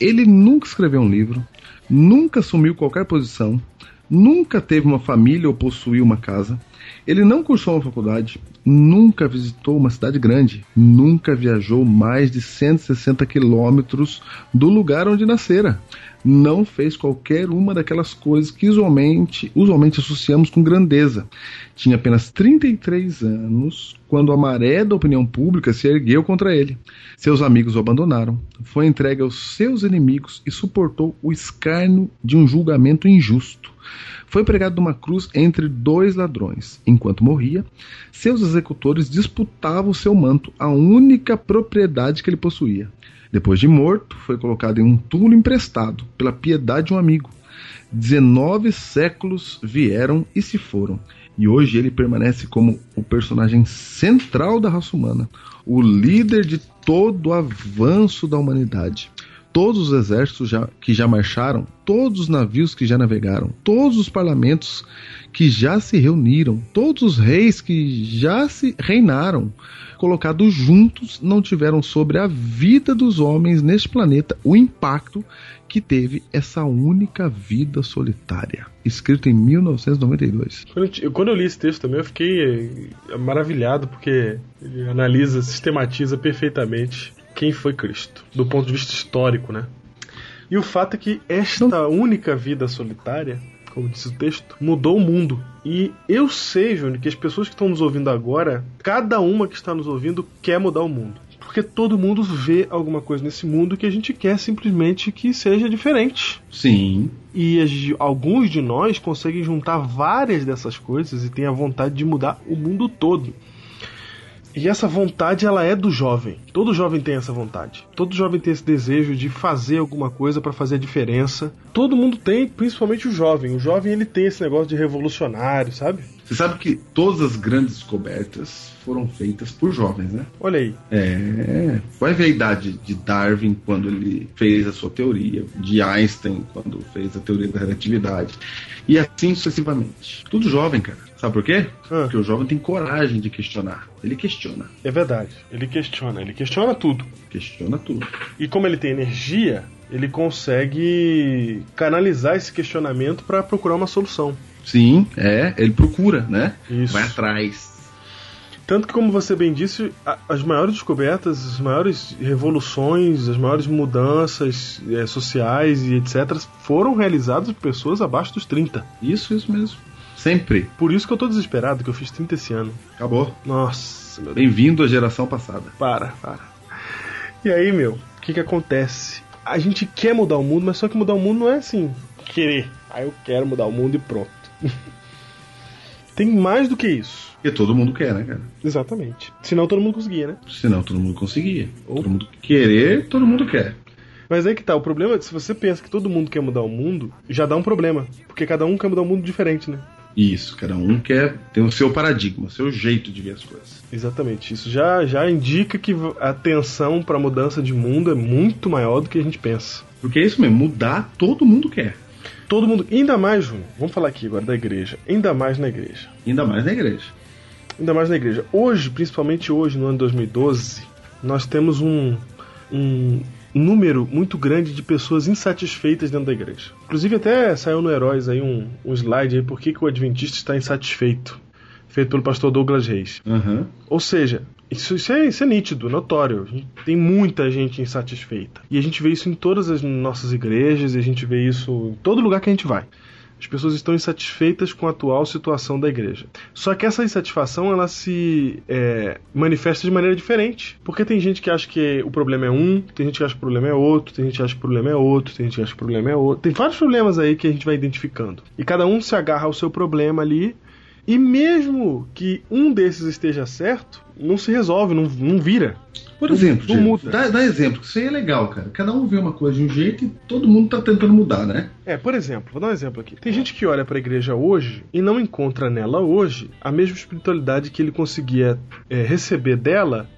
S2: Ele nunca escreveu um livro, nunca assumiu qualquer posição, nunca teve uma família ou possuiu uma casa. Ele não cursou uma faculdade, nunca visitou uma cidade grande, nunca viajou mais de 160 quilômetros do lugar onde nascera. Não fez qualquer uma daquelas coisas que usualmente, usualmente associamos com grandeza. Tinha apenas 33 anos quando a maré da opinião pública se ergueu contra ele. Seus amigos o abandonaram, foi entregue aos seus inimigos e suportou o escárnio de um julgamento injusto foi pregado numa cruz entre dois ladrões. Enquanto morria, seus executores disputavam seu manto, a única propriedade que ele possuía. Depois de morto, foi colocado em um túmulo emprestado pela piedade de um amigo. 19 séculos vieram e se foram, e hoje ele permanece como o personagem central da raça humana, o líder de todo o avanço da humanidade. Todos os exércitos já- que já marcharam, todos os navios que já navegaram, todos os parlamentos que já se reuniram, todos os reis que já se reinaram, colocados juntos, não tiveram sobre a vida dos homens neste planeta o impacto que teve essa única vida solitária. Escrito em 1992.
S3: Quando eu ti- Quando eu li esse texto também, eu fiquei eh, maravilhado, porque ele analisa, sistematiza perfeitamente quem foi Cristo, do ponto de vista histórico, né? E o fato é que esta única vida solitária, como disse o texto, mudou o mundo. E eu sei, Júnior, que as pessoas que estão nos ouvindo agora, cada uma que está nos ouvindo quer mudar o mundo. Porque todo mundo vê alguma coisa nesse mundo que a gente quer simplesmente que seja diferente.
S2: Sim.
S3: E as- alguns de nós conseguem juntar várias dessas coisas e tem a vontade de mudar o mundo todo. E essa vontade ela é do jovem. Todo jovem tem essa vontade. Todo jovem tem esse desejo de fazer alguma coisa para fazer a diferença. Todo mundo tem, principalmente o jovem. O jovem ele tem esse negócio de revolucionário, sabe?
S2: Você sabe que todas as grandes descobertas foram feitas por jovens, né?
S3: Olha aí.
S2: É, vai ver a idade de Darwin quando ele fez a sua teoria, de Einstein quando fez a teoria da relatividade, e assim sucessivamente. Tudo jovem, cara. Sabe por quê?
S3: Ah.
S2: Porque o jovem tem coragem de questionar. Ele questiona,
S3: É verdade. Ele questiona, ele questiona tudo.
S2: questiona tudo.
S3: E como ele tem energia, ele consegue canalizar esse questionamento para procurar uma solução.
S2: Sim, é, ele procura, né?
S3: Isso.
S2: Vai atrás.
S3: Tanto que, como você bem disse, a- as maiores descobertas, as maiores revoluções, as maiores mudanças eh, sociais e etc. foram realizadas por pessoas abaixo dos 30.
S2: Isso, isso mesmo. sempre.
S3: Por isso que eu tô desesperado, que eu fiz 30 esse ano.
S2: Acabou.
S3: Nossa, meu Deus.
S2: Bem-vindo à geração passada.
S3: Para, para. E aí, meu, o que que acontece? A gente quer mudar o mundo, mas só que mudar o mundo não é assim, querer. Ah, eu quero mudar o mundo e pronto. Tem mais do que isso.
S2: Porque todo mundo quer, né, cara?
S3: Exatamente. Senão todo mundo conseguia, né?
S2: Senão todo mundo conseguia. Todo mundo querer, todo mundo quer.
S3: Mas aí que tá, o problema é que se você pensa que todo mundo quer mudar o mundo, já dá um problema. Porque cada um quer mudar o mundo diferente, né?
S2: Isso, cada um quer ter o seu paradigma, o seu jeito de ver as coisas.
S3: Exatamente. Isso já, já indica que a tensão pra mudança de mundo é muito maior do que a gente pensa.
S2: Porque é isso mesmo, mudar todo mundo quer.
S3: Todo mundo, ainda mais, Júnior, vamos falar aqui agora da igreja. Ainda mais na igreja.
S2: Ainda mais na igreja.
S3: Ainda mais na igreja. Hoje, principalmente hoje, no ano 2012, nós temos um, um número muito grande de pessoas insatisfeitas dentro da igreja. Inclusive até saiu no Heróis aí um, um slide aí por que, que o Adventista está insatisfeito. Feito pelo pastor Douglas Reis.
S2: Aham.
S3: Ou seja, isso, isso é, isso é nítido, notório. A gente- Tem muita gente insatisfeita. E a gente vê isso em todas as nossas igrejas, e a gente vê isso em todo lugar que a gente vai. As pessoas estão insatisfeitas com a atual situação da igreja. Só que essa insatisfação ela se é, manifesta de maneira diferente. Porque tem gente que acha que o problema é um, tem gente que acha que o problema é outro, tem gente que acha que o problema é outro, tem gente que acha que o problema é outro. Tem vários problemas aí que a gente vai identificando. E cada um se agarra ao seu problema ali e mesmo que um desses esteja certo, não se resolve, não, não vira.
S2: Por exemplo,
S3: Não
S2: Diego,
S3: muda.
S2: dá, dá exemplo, que isso aí é legal, cara. Cada um vê uma coisa de um jeito e todo mundo tá tentando mudar, né?
S3: É, por exemplo, vou dar um exemplo aqui. Tem gente que olha pra igreja hoje e não encontra nela hoje a mesma espiritualidade que ele conseguia é, receber dela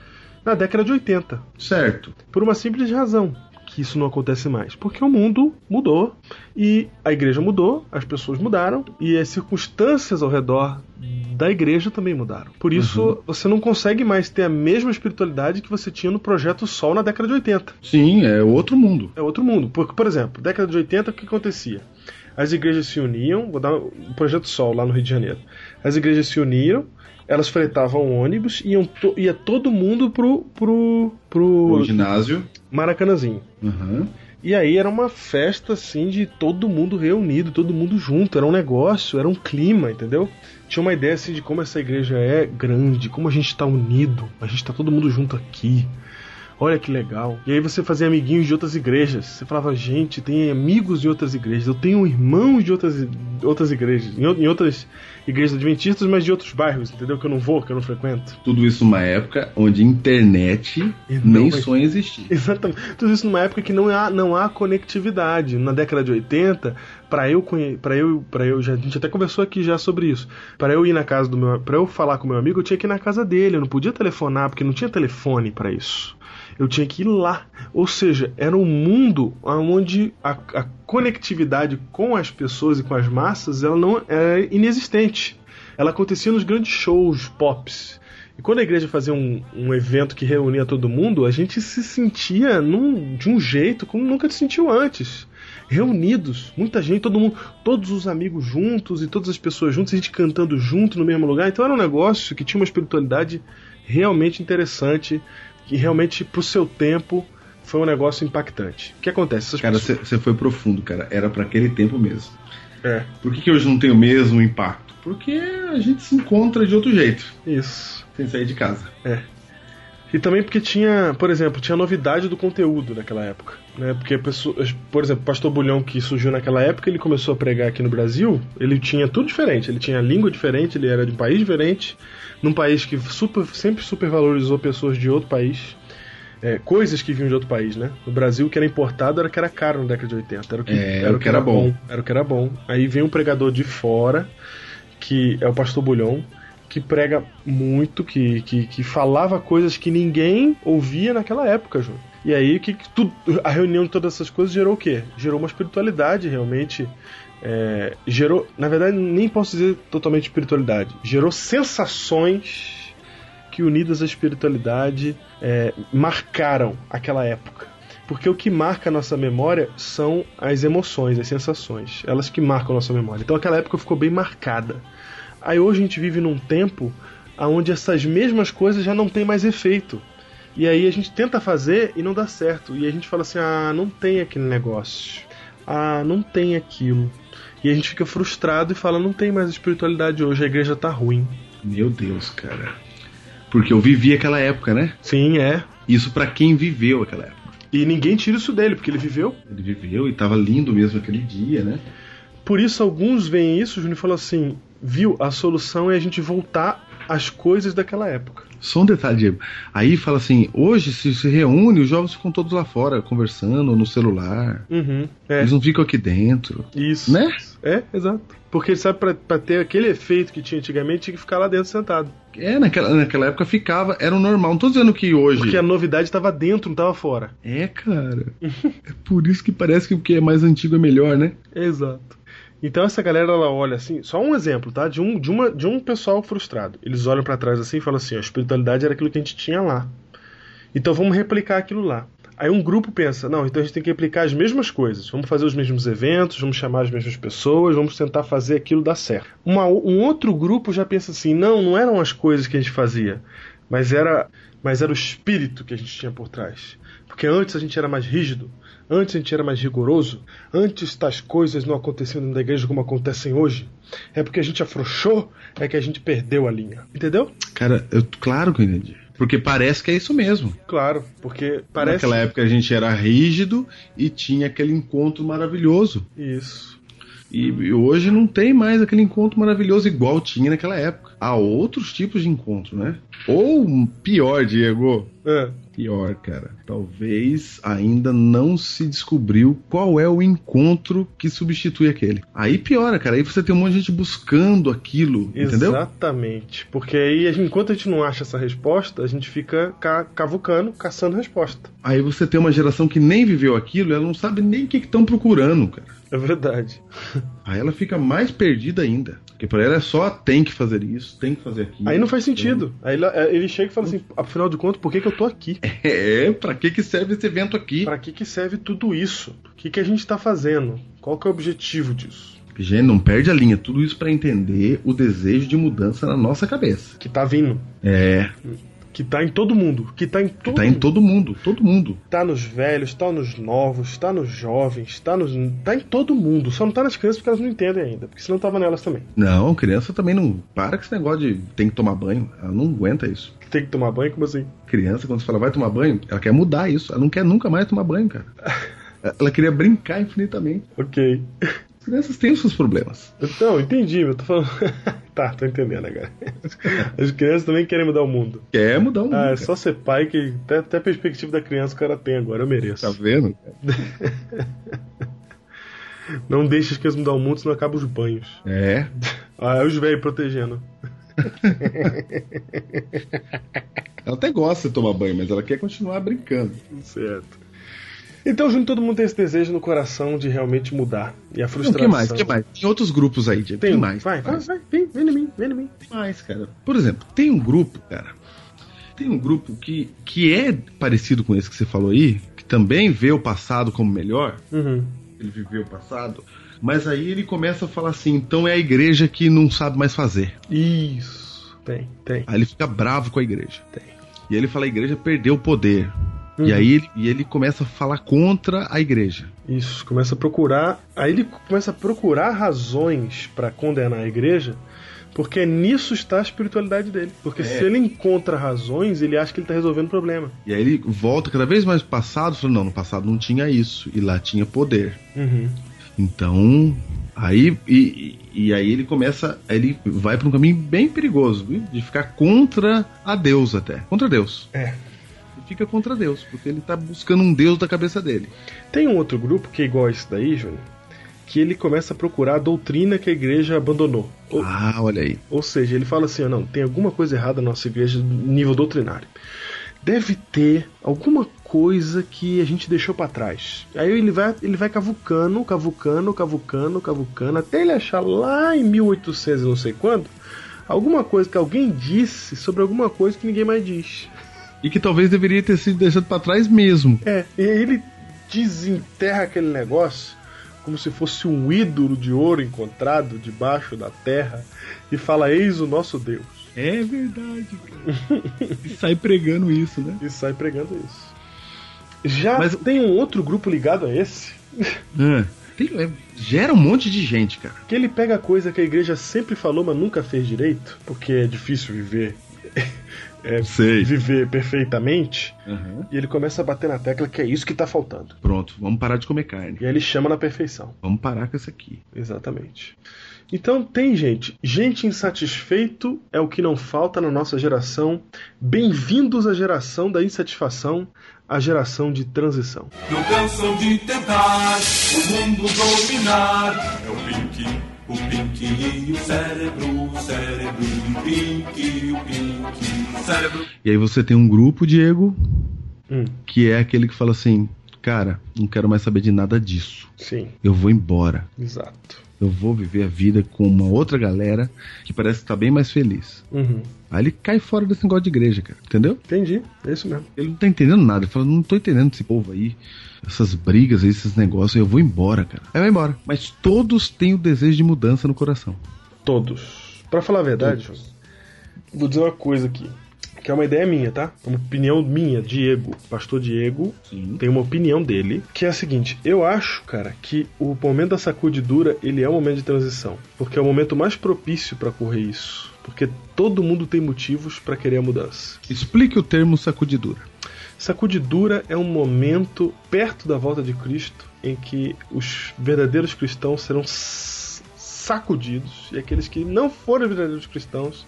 S3: na década de 80.
S2: Certo.
S3: Por uma simples razão. Que isso não acontece mais. Porque o mundo mudou. E a igreja mudou, as pessoas mudaram. E as circunstâncias ao redor da igreja também mudaram. Por isso, você não consegue mais ter a mesma espiritualidade que você tinha no projeto Sol na década de 80.
S2: Sim, é outro mundo.
S3: É outro mundo. Porque, por exemplo, década de 80, o que acontecia? As igrejas se uniam, vou dar o Projeto Sol lá no Rio de Janeiro. As igrejas se uniam, elas fretavam ônibus, iam to- ia todo mundo pro,
S2: O
S3: pro, pro
S2: ginásio.
S3: Maracanãzinho.
S2: Aham.
S3: E aí era uma festa assim de todo mundo reunido, todo mundo junto, era um negócio, era um clima, entendeu? Tinha uma ideia assim de como essa igreja é grande, como a gente tá unido, a gente tá todo mundo junto aqui. Olha que legal. E aí você fazia amiguinhos de outras igrejas. Você falava, gente, tem amigos de outras igrejas. Eu tenho irmãos de outras, outras igrejas. Em, ou- em outras igrejas adventistas, mas de outros bairros, entendeu? Que eu não vou, que eu não frequento.
S2: Tudo isso numa época onde internet
S3: E não
S2: nem
S3: vai-
S2: sonha existir.
S3: Exatamente. Tudo isso numa época que não há, não há conectividade. Na década de 80, para eu para eu para eu já, a gente até conversou aqui já sobre isso. Para eu ir na casa do meu, para eu falar com meu amigo, eu tinha que ir na casa dele, eu não podia telefonar porque não tinha telefone para isso. Eu tinha que ir lá. Ou seja, era um mundo onde a, a conectividade com as pessoas e com as massas, ela não era inexistente. Ela acontecia nos grandes shows pops. E quando a igreja fazia um, um evento que reunia todo mundo, a gente se sentia num- de um jeito como nunca se sentiu antes. Reunidos, muita gente, todo mundo, todos os amigos juntos e todas as pessoas juntas, a gente cantando junto no mesmo lugar. Então era um negócio que tinha uma espiritualidade realmente interessante, que realmente, pro seu tempo, foi um negócio impactante. O que acontece? Essas
S2: Cara,
S3: pessoas-
S2: você foi profundo, cara. Era pra aquele tempo mesmo.
S3: É,
S2: Por que, que hoje não tem o mesmo impacto? Porque a gente se encontra de outro jeito,
S3: isso.
S2: sem sair de casa.
S3: E também porque tinha, por exemplo, tinha novidade do conteúdo naquela época. Né? Porque, a pessoa- por exemplo, o Pastor Bulhão, que surgiu naquela época, ele começou a pregar aqui no Brasil, ele tinha tudo diferente. Ele tinha língua diferente, ele era de um país diferente, num país que super, sempre supervalorizou pessoas de outro país. É, coisas que vinham de outro país, né? No Brasil, o que era importado era o que era caro na década de 80. Era o que,
S2: É, era o que era bom.
S3: Era o que era bom. Aí vem um pregador de fora, que é o Pastor Bulhão, que prega muito, que, que, que falava coisas que ninguém ouvia naquela época, João. E aí que, que tudo, a reunião de todas essas coisas gerou o quê? Gerou uma espiritualidade realmente. é, gerou, na verdade, nem posso dizer totalmente espiritualidade. Gerou sensações que unidas à espiritualidade é, marcaram aquela época. Porque o que marca a nossa memória são as emoções, as sensações. Elas que marcam a nossa memória. Então aquela época ficou bem marcada. Aí hoje a gente vive num tempo onde essas mesmas coisas já não têm mais efeito. E aí a gente tenta fazer e não dá certo. E a gente fala assim: ah, não tem aquele negócio. Ah, não tem aquilo. E a gente fica frustrado e fala: não tem mais espiritualidade hoje, a igreja tá ruim.
S2: Meu Deus, cara. Porque eu vivi aquela época, né?
S3: Sim, é.
S2: Isso pra quem viveu aquela época.
S3: E ninguém tira isso dele, porque ele viveu.
S2: Ele viveu e tava lindo mesmo aquele dia, né?
S3: Por isso, alguns veem isso, o Júnior falou assim: viu, a solução é a gente voltar às coisas daquela época.
S2: Só um detalhe, Diego. Aí fala assim: hoje se se reúne, os jovens ficam todos lá fora, conversando no celular.
S3: Uhum. É,
S2: Eles não ficam aqui dentro.
S3: isso.
S2: Né?
S3: É, exato. Porque sabe, pra, pra ter aquele efeito que tinha antigamente, tinha que ficar lá dentro sentado.
S2: É, naquela, naquela época ficava, era o normal. Não tô dizendo que hoje.
S3: Porque é a novidade tava dentro, não tava fora.
S2: É, cara. é por isso que parece que o que é mais antigo é melhor, né?
S3: Exato. Então essa galera ela olha assim, só um exemplo, tá? De um de uma de um pessoal frustrado. Eles olham pra trás assim e falam assim, ó, a espiritualidade era aquilo que a gente tinha lá. Então vamos replicar aquilo lá. Aí um grupo pensa, não, então a gente tem que replicar as mesmas coisas. Vamos fazer os mesmos eventos, vamos chamar as mesmas pessoas, vamos tentar fazer aquilo dar certo. Uma o- um outro grupo já pensa assim, não, não eram as coisas que a gente fazia, mas era mas era o espírito que a gente tinha por trás. Porque antes a gente era mais rígido, antes a gente era mais rigoroso, antes tais coisas não aconteciam dentro da igreja como acontecem hoje. É porque a gente afrouxou, é que a gente perdeu a linha. Entendeu?
S2: Cara, eu, claro que eu entendi. Porque parece que é isso mesmo.
S3: Claro, porque parece
S2: Naquela época a gente era rígido e tinha aquele encontro maravilhoso.
S3: isso.
S2: E, e hoje não tem mais aquele encontro maravilhoso igual tinha naquela época. Há outros tipos de encontro, né? Ou pior, Diego.
S3: É.
S2: Pior, cara. Talvez ainda não se descobriu qual é o encontro que substitui aquele. Aí piora, cara. Aí você tem um monte de gente buscando aquilo, entendeu?
S3: Exatamente. Porque aí, enquanto a gente não acha essa resposta, a gente fica ca- cavucando, caçando resposta.
S2: Aí você tem uma geração que nem viveu aquilo, ela não sabe nem o que estão procurando, cara.
S3: É verdade.
S2: Aí ela fica mais perdida ainda. Porque pra ela é só tem que fazer isso, tem que fazer aquilo.
S3: Aí não faz sentido. Aí ele- ele chega e fala assim: afinal de contas, por que, que eu tô aqui?
S2: É, pra que que serve esse evento aqui?
S3: Pra que, que serve tudo isso? O que, que a gente tá fazendo? Qual que é o objetivo disso?
S2: Gente, não perde a linha. Tudo isso pra entender o desejo de mudança na nossa cabeça.
S3: Que tá vindo.
S2: É,
S3: Que tá em todo mundo. Que tá em todo
S2: tá em todo mundo, todo mundo.
S3: Tá nos velhos, tá nos novos, tá nos jovens, tá, nos... tá em todo mundo. Só não tá nas crianças porque elas não entendem ainda. Porque senão tava nelas também.
S2: Não, criança também não. Para com esse negócio de tem que tomar banho. Ela não aguenta isso.
S3: Tem que tomar banho, como assim?
S2: Criança, quando você fala vai tomar banho, ela quer mudar isso. Ela não quer nunca mais tomar banho, cara. Ela queria brincar infinitamente.
S3: Ok.
S2: As crianças têm os seus problemas.
S3: Não, entendi, mas tô falando. tá, tô entendendo agora. As crianças também querem mudar o mundo.
S2: Quer mudar um.
S3: Ah, é só ser pai que até, até a perspectiva da criança o cara tem agora, eu
S2: Tá
S3: mereço.
S2: vendo? cara?
S3: Não deixa as crianças mudar o mundo, senão acabam os banhos.
S2: É,
S3: Ah, é os velhos protegendo.
S2: Ela até gosta de tomar banho, mas ela quer continuar brincando.
S3: Certo. Então, junto, todo mundo tem esse desejo no coração de realmente mudar. E a
S2: O
S3: frustração.
S2: que mais? O que mais? Tem outros grupos aí, Diego.
S3: Tem, um,
S2: Tem, mais.
S3: Vai,
S2: tem
S3: vai,
S2: mais,
S3: vai, vem, vem em mim, vem em mim.
S2: tem mais, cara. Por exemplo, tem um grupo, cara. Tem um grupo que, que é parecido com esse que você falou aí, que também vê o passado como melhor.
S3: Uhum.
S2: Ele viveu o passado. Mas aí ele começa a falar assim: então é a igreja que não sabe mais fazer.
S3: Isso. Tem, tem.
S2: Aí ele fica bravo com a igreja.
S3: Tem.
S2: E aí ele fala: a igreja perdeu o poder.
S3: Uhum.
S2: E aí ele, e ele começa a falar contra a igreja.
S3: Isso, começa a procurar. Aí ele começa a procurar razões pra condenar a igreja, porque é nisso está a espiritualidade dele. Porque se ele encontra razões, ele acha que ele tá resolvendo o problema.
S2: E aí ele volta cada vez mais pro passado, falando, não, no passado não tinha isso, e lá tinha poder.
S3: Uhum.
S2: Então, aí e, e aí ele começa, aí ele vai para um caminho bem perigoso, viu? de ficar contra a Deus até, contra Deus.
S3: É.
S2: Ele fica contra Deus, porque ele tá buscando um Deus da cabeça dele.
S3: Tem um outro grupo que é igual a esse daí, Júnior, que ele começa a procurar a doutrina que a igreja abandonou. Ou,
S2: Ah, olha aí.
S3: ou seja, ele fala assim: ó, não, tem alguma coisa errada na nossa igreja no nível doutrinário. Deve ter alguma coisa que a gente deixou pra trás. Aí ele vai, ele vai cavucando, cavucando, cavucando, cavucando, até ele achar lá em 1800 e não sei quando, alguma coisa que alguém disse sobre alguma coisa que ninguém mais diz.
S2: E que talvez deveria ter sido deixado para trás mesmo.
S3: É, e aí ele desenterra aquele negócio como se fosse um ídolo de ouro encontrado debaixo da terra e fala: Eis o nosso Deus.
S2: É verdade. cara. e sai pregando isso, né?
S3: E sai pregando isso. Já
S2: Mas-
S3: tem um outro grupo ligado a esse
S2: É. Tem- é- gera um monte de gente, cara.
S3: Que ele pega a coisa que a igreja sempre falou, mas nunca fez direito, porque é difícil viver. é,
S2: Sei.
S3: Viver perfeitamente. E ele começa a bater na tecla que é isso que tá faltando.
S2: Pronto, vamos parar de comer carne.
S3: E aí ele chama na perfeição.
S2: Vamos parar com isso aqui.
S3: Exatamente. Então tem gente. Gente insatisfeito é o que não falta na nossa geração. Bem-vindos à geração da insatisfação, à geração de transição.
S7: Não cansam de tentar o mundo dominar. É o Pink, o Pink e o cérebro, o cérebro, o Pink, o Pink, o cérebro.
S2: E aí você tem um grupo, Diego,
S3: Hum,
S2: que é aquele que fala assim: Cara, não quero mais saber de nada disso.
S3: sim,
S2: Eu vou embora.
S3: exato.
S2: Eu vou viver a vida com uma outra galera que parece que tá bem mais feliz.
S3: Uhum,
S2: Aí ele cai fora desse negócio de igreja, cara. Entendeu?
S3: Entendi, é isso mesmo.
S2: Ele não tá entendendo nada. Ele fala, não tô entendendo esse povo aí. Essas brigas aí, esses negócios. Eu vou embora, cara. Aí vai embora. Mas todos têm o desejo de mudança no coração.
S3: Todos. Pra falar a verdade, vou dizer uma coisa aqui. Que é uma ideia minha, tá? Uma opinião minha, Diego. Pastor Diego
S2: Sim.
S3: tem uma opinião dele. Que é a seguinte: eu acho, cara, que o momento da sacudidura ele é um momento de transição. Porque é o momento mais propício pra correr isso. Porque todo mundo tem motivos pra querer a mudança.
S2: Explique o termo sacudidura.
S3: Sacudidura é um momento perto da volta de Cristo em que os verdadeiros cristãos serão s- sacudidos e aqueles que não forem verdadeiros cristãos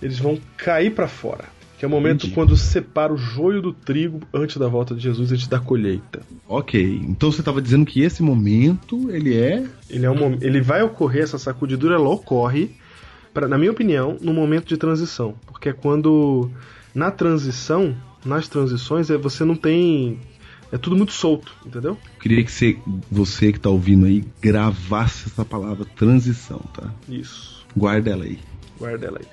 S3: eles vão cair para fora. Que é o momento
S2: Entendi.
S3: quando separa o joio do trigo antes da volta de Jesus, antes da colheita.
S2: Ok. Então você tava dizendo que esse momento, ele é.
S3: Ele, é um, mom- ele vai ocorrer, essa sacudidura ela ocorre, pra, na minha opinião, no momento de transição. Porque é quando, na transição, nas transições, é, você não tem. É tudo muito solto, entendeu?
S2: Eu queria que você, você que tá ouvindo aí gravasse essa palavra transição, tá?
S3: Isso,
S2: Guarda ela aí.
S3: guarda ela aí.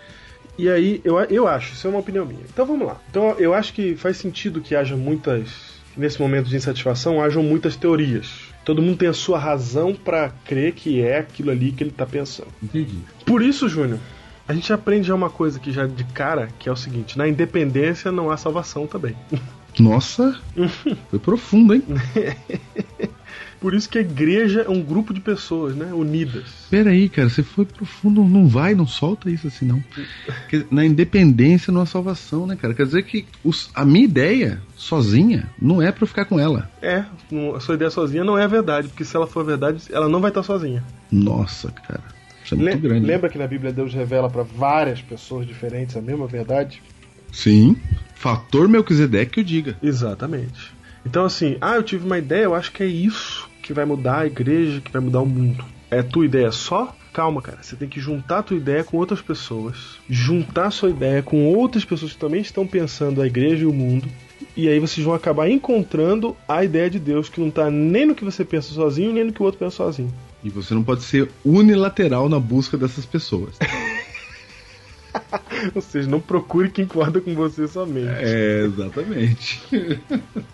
S3: E aí, eu, a- eu acho, isso é uma opinião minha. Então vamos lá. Então eu acho que faz sentido que haja muitas. que Nesse momento de insatisfação, hajam muitas teorias. Todo mundo tem a sua razão pra crer que é aquilo ali que ele tá pensando.
S2: Entendi.
S3: Por isso, Júnior, a gente aprende já uma coisa que já de cara, que é o seguinte: na independência não há salvação também.
S2: Nossa! foi profundo, hein?
S3: Por isso que a igreja é um grupo de pessoas, né? Unidas.
S2: Pera aí, cara, você foi profundo, não vai, não solta isso assim, não. Porque na independência não há salvação, né, cara? Quer dizer que os- a minha ideia, sozinha, não é pra eu ficar com ela.
S3: É, não- a sua ideia sozinha não é a verdade, porque se ela for verdade, ela não vai estar sozinha.
S2: Nossa, cara. Isso é muito
S3: Le-
S2: grande. né?
S3: Lembra que na Bíblia Deus revela para várias pessoas diferentes a mesma verdade?
S2: Sim. Fator Melquisedeque que o diga.
S3: Exatamente. Então, assim, ah, eu tive uma ideia, eu acho que é isso que vai mudar a igreja, que vai mudar o mundo. É tua ideia só? Calma, cara. Você tem que juntar a tua ideia com outras pessoas, juntar a sua ideia com outras pessoas que também estão pensando a igreja e o mundo. E aí vocês vão acabar encontrando a ideia de Deus, que não tá nem no que você pensa sozinho, nem no que o outro pensa sozinho.
S2: E você não pode ser unilateral na busca dessas pessoas.
S3: Ou seja, não procure quem concorda com você somente.
S2: É, exatamente.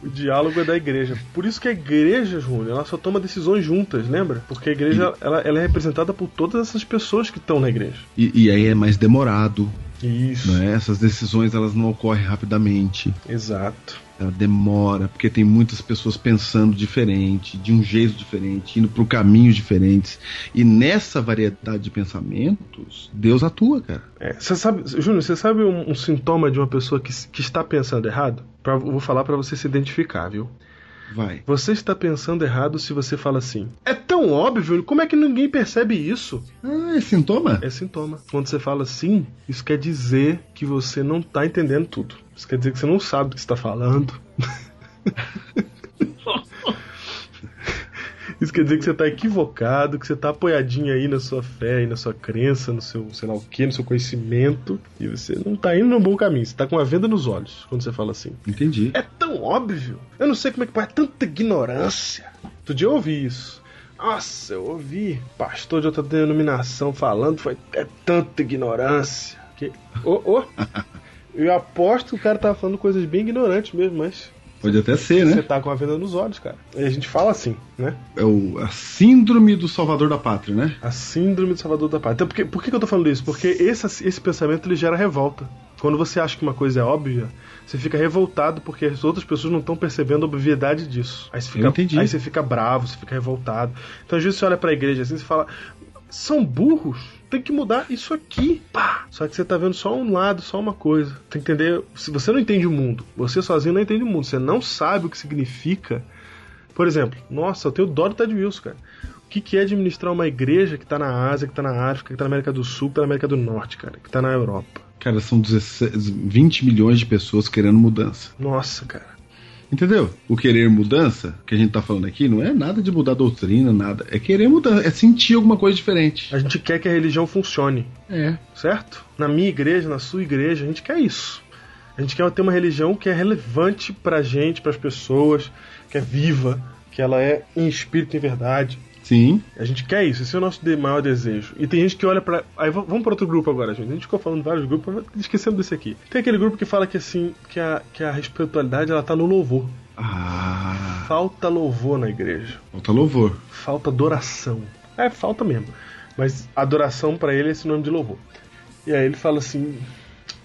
S3: O diálogo é da igreja. Por isso que a igreja, Júnior, ela só toma decisões juntas, lembra? Porque a igreja ela, ela é representada por todas essas pessoas que estão na igreja.
S2: E, e aí é mais demorado,
S3: Isso.
S2: né? Essas decisões elas não ocorrem rapidamente.
S3: Exato.
S2: Ela demora, porque tem muitas pessoas pensando diferente, de um jeito diferente, indo para caminhos diferentes. E nessa variedade de pensamentos, Deus atua, cara.
S3: É, você sabe, Júnior, você sabe um, um sintoma de uma pessoa que, que está pensando errado? Pra, eu vou falar pra você se identificar, viu?
S2: Vai.
S3: Você está pensando errado se você fala assim. É tão óbvio, como é que ninguém percebe isso?
S2: Ah, é sintoma?
S3: É sintoma. Quando você fala assim, isso quer dizer que você não tá entendendo tudo. Isso quer dizer que você não sabe do que você tá falando. Isso quer dizer que você tá equivocado, que você tá apoiadinho aí na sua fé, aí na sua crença, no seu, sei lá o que, no seu conhecimento. E você não tá indo no bom caminho. Você tá com a venda nos olhos quando você fala assim.
S2: Entendi.
S3: É tão óbvio. Eu não sei como é que pode tanta ignorância. Outro dia eu ouvi isso. Nossa, eu ouvi pastor de outra denominação falando, foi é tanta ignorância. Que, oh, oh. Eu aposto que o cara tava falando coisas bem ignorantes mesmo, mas
S2: Pode até ser,
S3: você
S2: né?
S3: tá com a venda nos olhos, cara. E a gente fala assim, né?
S2: É o, a síndrome do salvador da pátria, né?
S3: A síndrome do Salvador da Pátria. Então, por que, por que que eu tô falando isso? Porque esse, esse pensamento ele gera revolta. Quando você acha que uma coisa é óbvia, você fica revoltado porque as outras pessoas não estão percebendo a obviedade disso. Aí você fica,
S2: Eu entendi.
S3: Aí você fica bravo, você fica revoltado. Então às vezes você olha pra igreja assim e fala: são burros? Tem que mudar isso aqui. Pá! Só que você tá vendo só um lado, só uma coisa. Tem que entender. Se você não entende o mundo, você sozinho não entende o mundo. Você não sabe o que significa por exemplo, nossa, eu tenho dó do Ted Wilson, cara. O que, que é administrar uma igreja que tá na Ásia, que tá na África, que tá na América do Sul, que tá na América do Norte, cara, que tá na Europa?
S2: Cara, são 16, 20 milhões de pessoas querendo mudança.
S3: Nossa, cara.
S2: Entendeu? O querer mudança, que a gente tá falando aqui, não é nada de mudar a doutrina, nada. É querer mudança, é sentir alguma coisa diferente.
S3: A gente quer que a religião funcione,
S2: É.
S3: certo? Na minha igreja, na sua igreja, a gente quer isso. A gente quer ter uma religião que é relevante pra gente, pras pessoas, que é viva, que ela é em espírito e em verdade.
S2: Sim.
S3: A gente quer isso, esse é o nosso de- maior desejo. E tem gente que olha pra. Aí v- vamos pra outro grupo agora, gente. A gente ficou falando de vários grupos, mas esquecendo desse aqui. Tem aquele grupo que fala que assim, que a, que a espiritualidade ela tá no louvor.
S2: Ah,
S3: Falta louvor na igreja.
S2: falta louvor.
S3: Falta adoração. É, falta mesmo. Mas adoração pra ele é esse nome de louvor. E aí ele fala assim: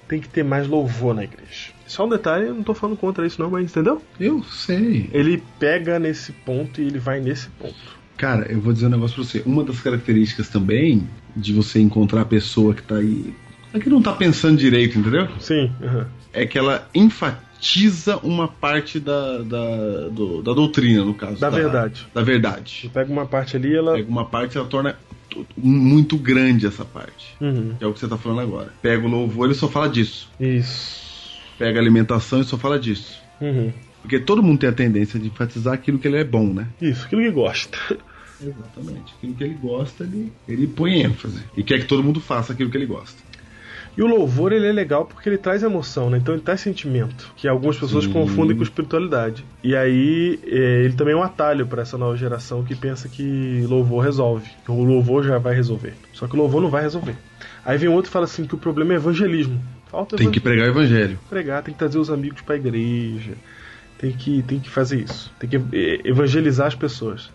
S3: tem que ter mais louvor na igreja. Só um detalhe, eu não tô falando contra isso não, mas entendeu?
S2: Eu sei.
S3: Ele pega nesse ponto e ele vai nesse ponto.
S2: Cara, eu vou dizer um negócio pra você. Uma das características também de você encontrar a pessoa que tá aí. É que não tá pensando direito, entendeu?
S3: Sim, aham.
S2: É que ela enfatiza uma parte da, da, do- da doutrina, no caso.
S3: Da verdade.
S2: Da verdade.
S3: Pega uma parte ali, ela.
S2: Pega uma parte, ela torna tu- muito grande essa parte.
S3: Uhum.
S2: Que é o que você tá falando agora. Pega o louvor, ele só fala disso.
S3: Isso.
S2: Pega a alimentação e só fala disso.
S3: Uhum.
S2: Porque todo mundo tem a tendência de enfatizar aquilo que ele é bom, né?
S3: Isso, aquilo que gosta.
S2: Exatamente. Aquilo que ele gosta, ele, ele põe ênfase. E quer que todo mundo faça aquilo que ele gosta.
S3: E o louvor, ele é legal porque ele traz emoção, né? Então ele traz sentimento, que algumas pessoas confundem com espiritualidade. E aí, é, ele também é um atalho pra essa nova geração que pensa que louvor resolve. que O louvor já vai resolver. Só que o louvor não vai resolver. Aí vem outro e fala assim que o problema é evangelismo. Falta
S2: Tem que
S3: evangelismo.
S2: pregar o evangelho.
S3: pregar, tem que trazer os amigos pra igreja, tem que, tem que fazer isso, tem que eh, evangelizar as pessoas.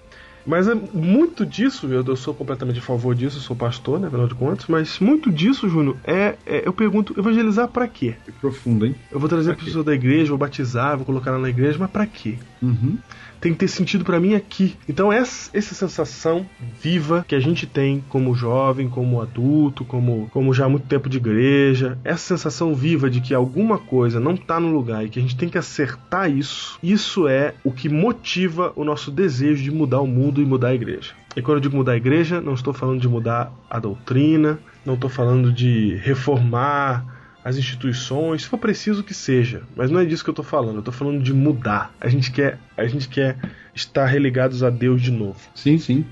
S3: Mas é muito disso, eu, eu sou completamente a favor disso, eu sou pastor, né, afinal de contas, mas muito disso, Júnior, é, é- eu pergunto, evangelizar pra quê?
S2: É profundo, hein?
S3: Eu vou trazer a
S2: Pra quê?
S3: pessoa da igreja, vou batizar, vou colocar ela na igreja, mas pra quê?
S2: Uhum.
S3: tem que ter sentido pra mim aqui. Então essa, essa sensação viva que a gente tem como jovem, como adulto, como, como já há muito tempo de igreja, essa sensação viva de que alguma coisa não tá no lugar e que a gente tem que acertar isso, isso é o que motiva o nosso desejo de mudar o mundo e mudar a igreja. E quando eu digo mudar a igreja, não estou falando de mudar a doutrina, não estou falando de reformar as instituições, se for preciso que seja. Mas não é disso que eu tô falando, eu tô falando de mudar. A gente quer, a gente quer estar religados a Deus de novo.
S2: Sim, sim.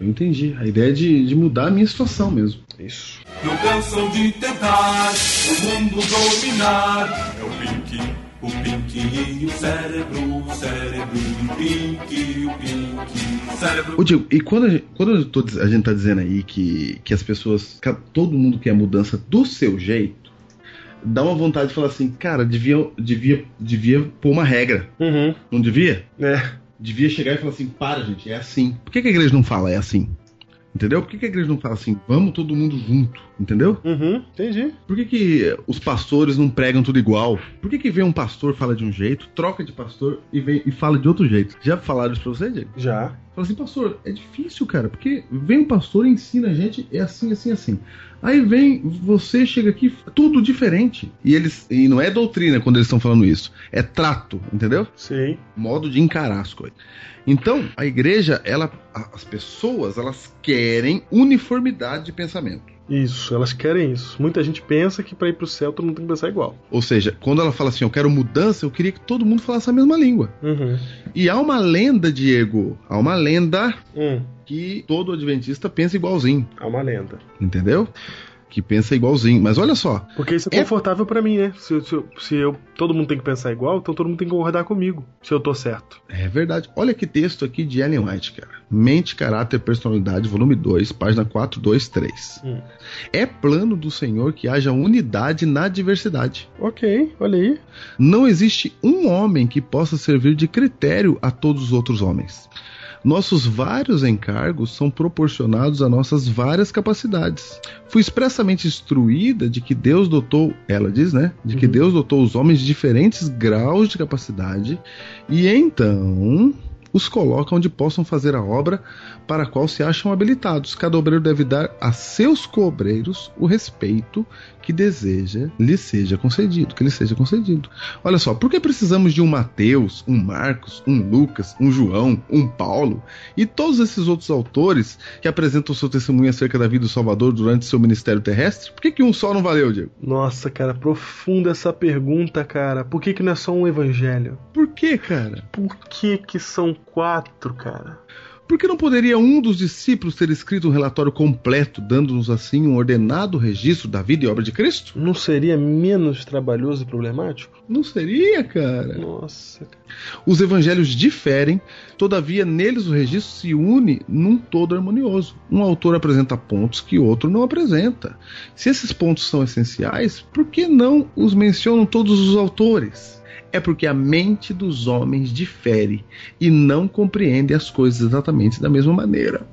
S2: Eu entendi. A ideia é de, de mudar a minha situação mesmo.
S3: Isso.
S7: Não cansam de tentar o mundo dominar. É o Pink, o Pink e o cérebro, o cérebro do Pink, o Pink, cérebro.
S2: Ô, Diego, e quando, a gente, quando eu tô diz- a gente tá dizendo aí que, que as pessoas. ca- Todo mundo quer mudança do seu jeito, dá uma vontade de falar assim, cara, devia, devia, devia pôr uma regra.
S3: Uhum.
S2: Não devia?
S3: É.
S2: Devia chegar e falar assim, para, gente, é assim. Por que, que a igreja não fala, é assim? Entendeu? Por que, que a igreja não fala assim, vamos todo mundo junto? Entendeu?
S3: Uhum. Entendi.
S2: Por que, que os pastores não pregam tudo igual? Por que, que vem um pastor fala de um jeito, troca de pastor e, vem, e fala de outro jeito? Já falaram isso pra você, Diego?
S3: Já.
S2: Fala assim, pastor, é difícil, cara, porque vem um pastor e ensina a gente, é assim, assim, assim. Aí vem, você chega aqui, é tudo diferente. E eles. E não é doutrina quando eles estão falando isso. É trato, entendeu?
S3: Sei.
S2: modo de encarar as coisas. Então, a igreja, ela, a- as pessoas, elas querem uniformidade de pensamento.
S3: Isso, elas querem isso. Muita gente pensa que pra ir pro céu todo mundo tem que pensar igual.
S2: Ou seja, quando ela fala assim, eu quero mudança, eu queria que todo mundo falasse a mesma língua.
S3: Uhum.
S2: E há uma lenda, Diego, há uma lenda
S3: Hum.
S2: que todo adventista pensa igualzinho,
S3: É uma lenda.
S2: entendeu? Que pensa igualzinho. Mas olha só,
S3: Porque isso é
S2: É.
S3: confortável pra mim, né? Se, eu- se, eu- se eu todo mundo tem que pensar igual, então todo mundo tem que concordar comigo. Se eu tô certo.
S2: é verdade. Olha que texto aqui de Ellen White, cara. Mente, Caráter e Personalidade, volume 2, página 423.
S3: Hum.
S2: É plano do Senhor que haja unidade na diversidade.
S3: Ok, olha aí.
S2: Não existe um homem que possa servir de critério a todos os outros homens. Nossos vários encargos são proporcionados a nossas várias capacidades. Fui expressamente instruída de que Deus dotou, ela diz, né? De que Deus dotou os homens de diferentes graus de capacidade e então os coloca onde possam fazer a obra para a qual se acham habilitados. Cada obreiro deve dar a seus cobreiros o respeito que deseja lhe seja concedido, que lhe seja concedido. Olha só, por que precisamos de um Mateus, um Marcos, um Lucas, um João, um Paulo e todos esses outros autores que apresentam seu testemunho acerca da vida do Salvador durante seu ministério terrestre? Por que, que um só não valeu, Diego?
S3: Nossa, cara, profunda essa pergunta, cara. Por que, que não é só um evangelho?
S2: Por que, cara?
S3: Por que, que são quatro, cara?
S2: Por que não poderia um dos discípulos ter escrito um relatório completo, dando-nos assim um ordenado registro da vida e obra de Cristo?
S3: Não seria menos trabalhoso e problemático?
S2: Não seria, cara.
S3: Nossa, cara.
S2: Os evangelhos diferem, todavia neles o registro se une num todo harmonioso. Um autor apresenta pontos que outro não apresenta. Se esses pontos são essenciais, por que não os mencionam todos os autores? É porque a mente dos homens difere e não compreende as coisas exatamente da mesma maneira.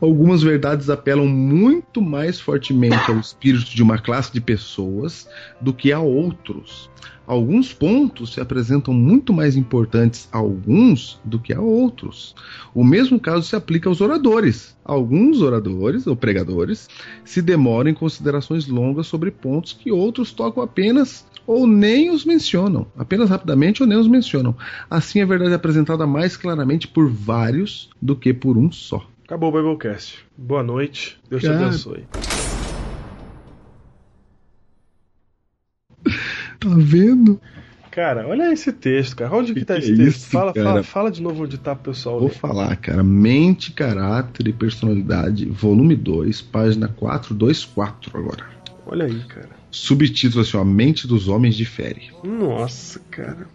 S2: Algumas verdades apelam muito mais fortemente ao espírito de uma classe de pessoas do que a outros. Alguns pontos se apresentam muito mais importantes a alguns do que a outros. O mesmo caso se aplica aos oradores. Alguns oradores ou pregadores se demoram em considerações longas sobre pontos que outros tocam apenas ou nem os mencionam, apenas rapidamente ou nem os mencionam. Assim, a verdade é apresentada mais claramente por vários do que por um só.
S3: Acabou o Biblecast. Boa noite. Deus te
S2: Cara.
S3: abençoe.
S2: Tá vendo?
S3: Cara, olha esse texto, cara. Onde que,
S2: Que
S3: tá
S2: que
S3: esse
S2: é
S3: texto?
S2: isso,
S3: fala, fala,
S2: cara?
S3: fala de novo onde tá pro pessoal.
S2: Vou
S3: ler.
S2: falar, cara. Mente, Caráter e Personalidade, volume 2, página 424 agora.
S3: Olha aí, cara.
S2: Subtítulo assim, ó, Mente dos Homens difere.
S3: Nossa, cara.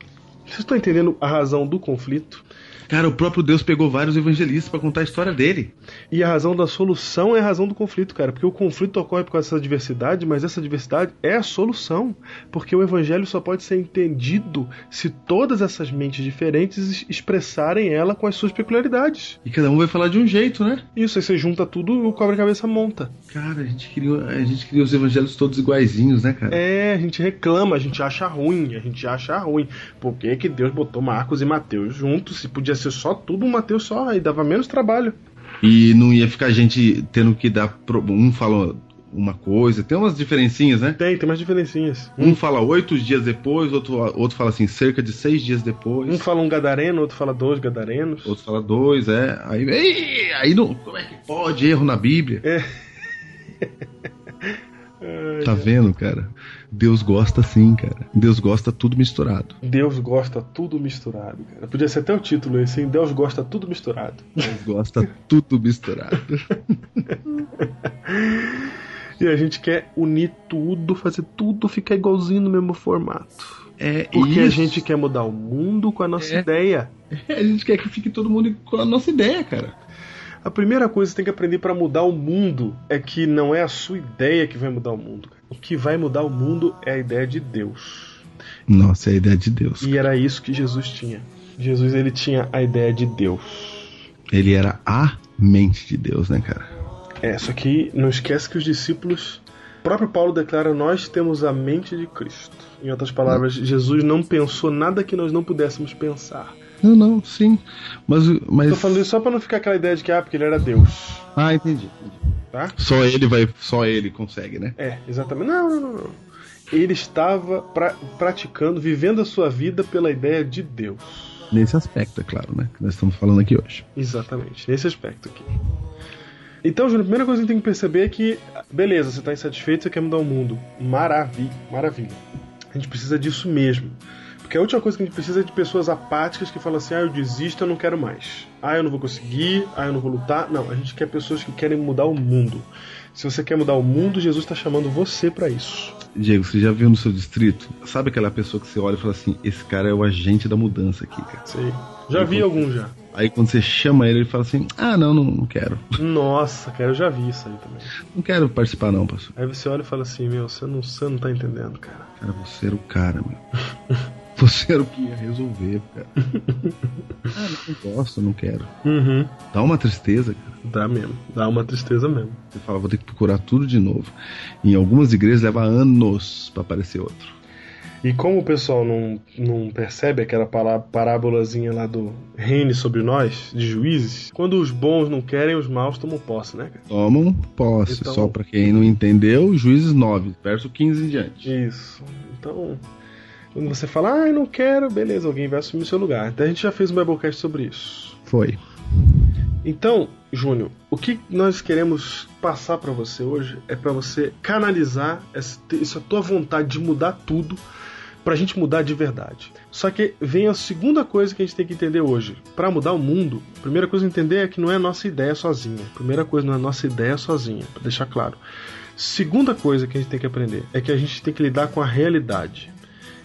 S3: Vocês estão entendendo a razão do conflito
S2: Cara, o próprio Deus pegou vários evangelistas pra contar a história dele.
S3: e a razão da solução é a razão do conflito, cara. Porque o conflito ocorre por causa dessa diversidade, mas essa diversidade é a solução. Porque o evangelho só pode ser entendido se todas essas mentes diferentes es- expressarem ela com as suas peculiaridades.
S2: E cada um vai falar de um jeito, né?
S3: Isso aí você junta tudo e o cobra-cabeça monta.
S2: Cara, a gente queria, a gente queria os evangelhos todos iguaizinhos, né, cara?
S3: É, a gente reclama, a gente acha ruim, a gente acha ruim. Por que, que Deus botou Marcos e Mateus juntos? Se podia ser só tudo um Mateus só, aí dava menos trabalho.
S2: E não ia ficar gente tendo que dar. pro- Um fala uma coisa, tem umas diferencinhas, né?
S3: Tem, tem umas diferencinhas.
S2: Um fala oito dias depois, outro, outro fala assim, cerca de seis dias depois.
S3: Um fala um gadareno, outro fala dois gadarenos.
S2: Outro fala dois, é. Aí, ei, aí não, como é que pode erro na Bíblia?
S3: É.
S2: Tá vendo, cara? Deus gosta assim, cara. Deus gosta tudo misturado.
S3: Deus gosta tudo misturado, cara. Podia ser até o título esse, hein? Deus gosta tudo misturado.
S2: Deus gosta tudo misturado.
S3: E a gente quer unir tudo, fazer tudo ficar igualzinho no mesmo formato.
S2: É
S3: Porque a
S2: isso.
S3: gente quer mudar o mundo com a nossa
S2: É.
S3: ideia.
S2: a gente quer que fique todo mundo com a nossa ideia, cara.
S3: A primeira coisa que você tem que aprender pra mudar o mundo é que não é a sua ideia que vai mudar o mundo. cara. O que vai mudar o mundo é a ideia de Deus.
S2: Nossa, é a ideia de Deus.
S3: E era isso que Jesus tinha. Jesus ele tinha a ideia de Deus.
S2: Ele era a mente de Deus, né, cara?
S3: É, só que não esquece que os discípulos, o próprio Paulo declara, nós temos a mente de Cristo. Em outras palavras, Jesus não pensou nada que nós não pudéssemos pensar.
S2: Não, não, sim. Mas. mas...
S3: Tô falando isso só pra não ficar aquela ideia de que ah, porque ele era Deus,
S2: Ah, entendi.
S3: tá?
S2: Só ele vai. Só ele consegue, né?
S3: É, exatamente. Não, não, não. não. Ele estava pra- praticando, vivendo a sua vida pela ideia de Deus.
S2: Nesse aspecto, é claro, né? Que nós estamos falando aqui hoje.
S3: Exatamente, nesse aspecto aqui. Então, Júnior, a primeira coisa que tem que perceber é que, beleza, você está insatisfeito, você quer mudar o mundo. Maravilha, maravilha. A gente precisa disso mesmo. Porque a última coisa que a gente precisa é de pessoas apáticas que falam assim: ah, eu desisto, eu não quero mais. Ah, eu não vou conseguir, ah, eu não vou lutar. Não, a gente quer pessoas que querem mudar o mundo. Se você quer mudar o mundo, Jesus está chamando você para isso.
S2: Diego, você já viu no seu distrito? Sabe aquela pessoa que você olha e fala assim: esse cara é o agente da mudança aqui, cara.
S3: Sei. Já vi algum já.
S2: Aí quando você chama ele, ele fala assim: ah, não, não, não quero.
S3: Nossa, cara, eu já vi isso aí também.
S2: Não quero participar, não, pastor.
S3: Aí você olha e fala assim: meu, você não, você não tá entendendo, cara.
S2: Cara, você era o cara, meu. Você era o que ia resolver, cara. ah, não gosto, não quero.
S3: Uhum.
S2: Dá uma tristeza, cara.
S3: Dá mesmo. Dá uma tristeza mesmo.
S2: Você fala, vou ter que procurar tudo de novo. Em algumas igrejas leva anos pra aparecer outro.
S3: E como o pessoal não, não percebe aquela pará- parábolazinha lá do reine sobre nós, de juízes, quando os bons não querem, os maus tomam posse, né, cara?
S2: Tomam um posse,
S3: Então-
S2: só pra quem não entendeu, Juízes 9, verso 15 em diante.
S3: Isso. Então, quando você fala, ah, eu não quero, beleza, alguém vai assumir o seu lugar. Até a gente já fez um Biblecast sobre isso.
S2: Foi.
S3: Então, Júnior, o que nós queremos passar pra você hoje é pra você canalizar essa, essa tua vontade de mudar tudo pra gente mudar de verdade. Só que vem a segunda coisa que a gente tem que entender hoje. Pra mudar o mundo, a primeira coisa a entender é que não é a nossa ideia sozinha. A primeira coisa não é a nossa ideia sozinha, pra deixar claro. Segunda coisa que a gente tem que aprender é que a gente tem que lidar com a realidade.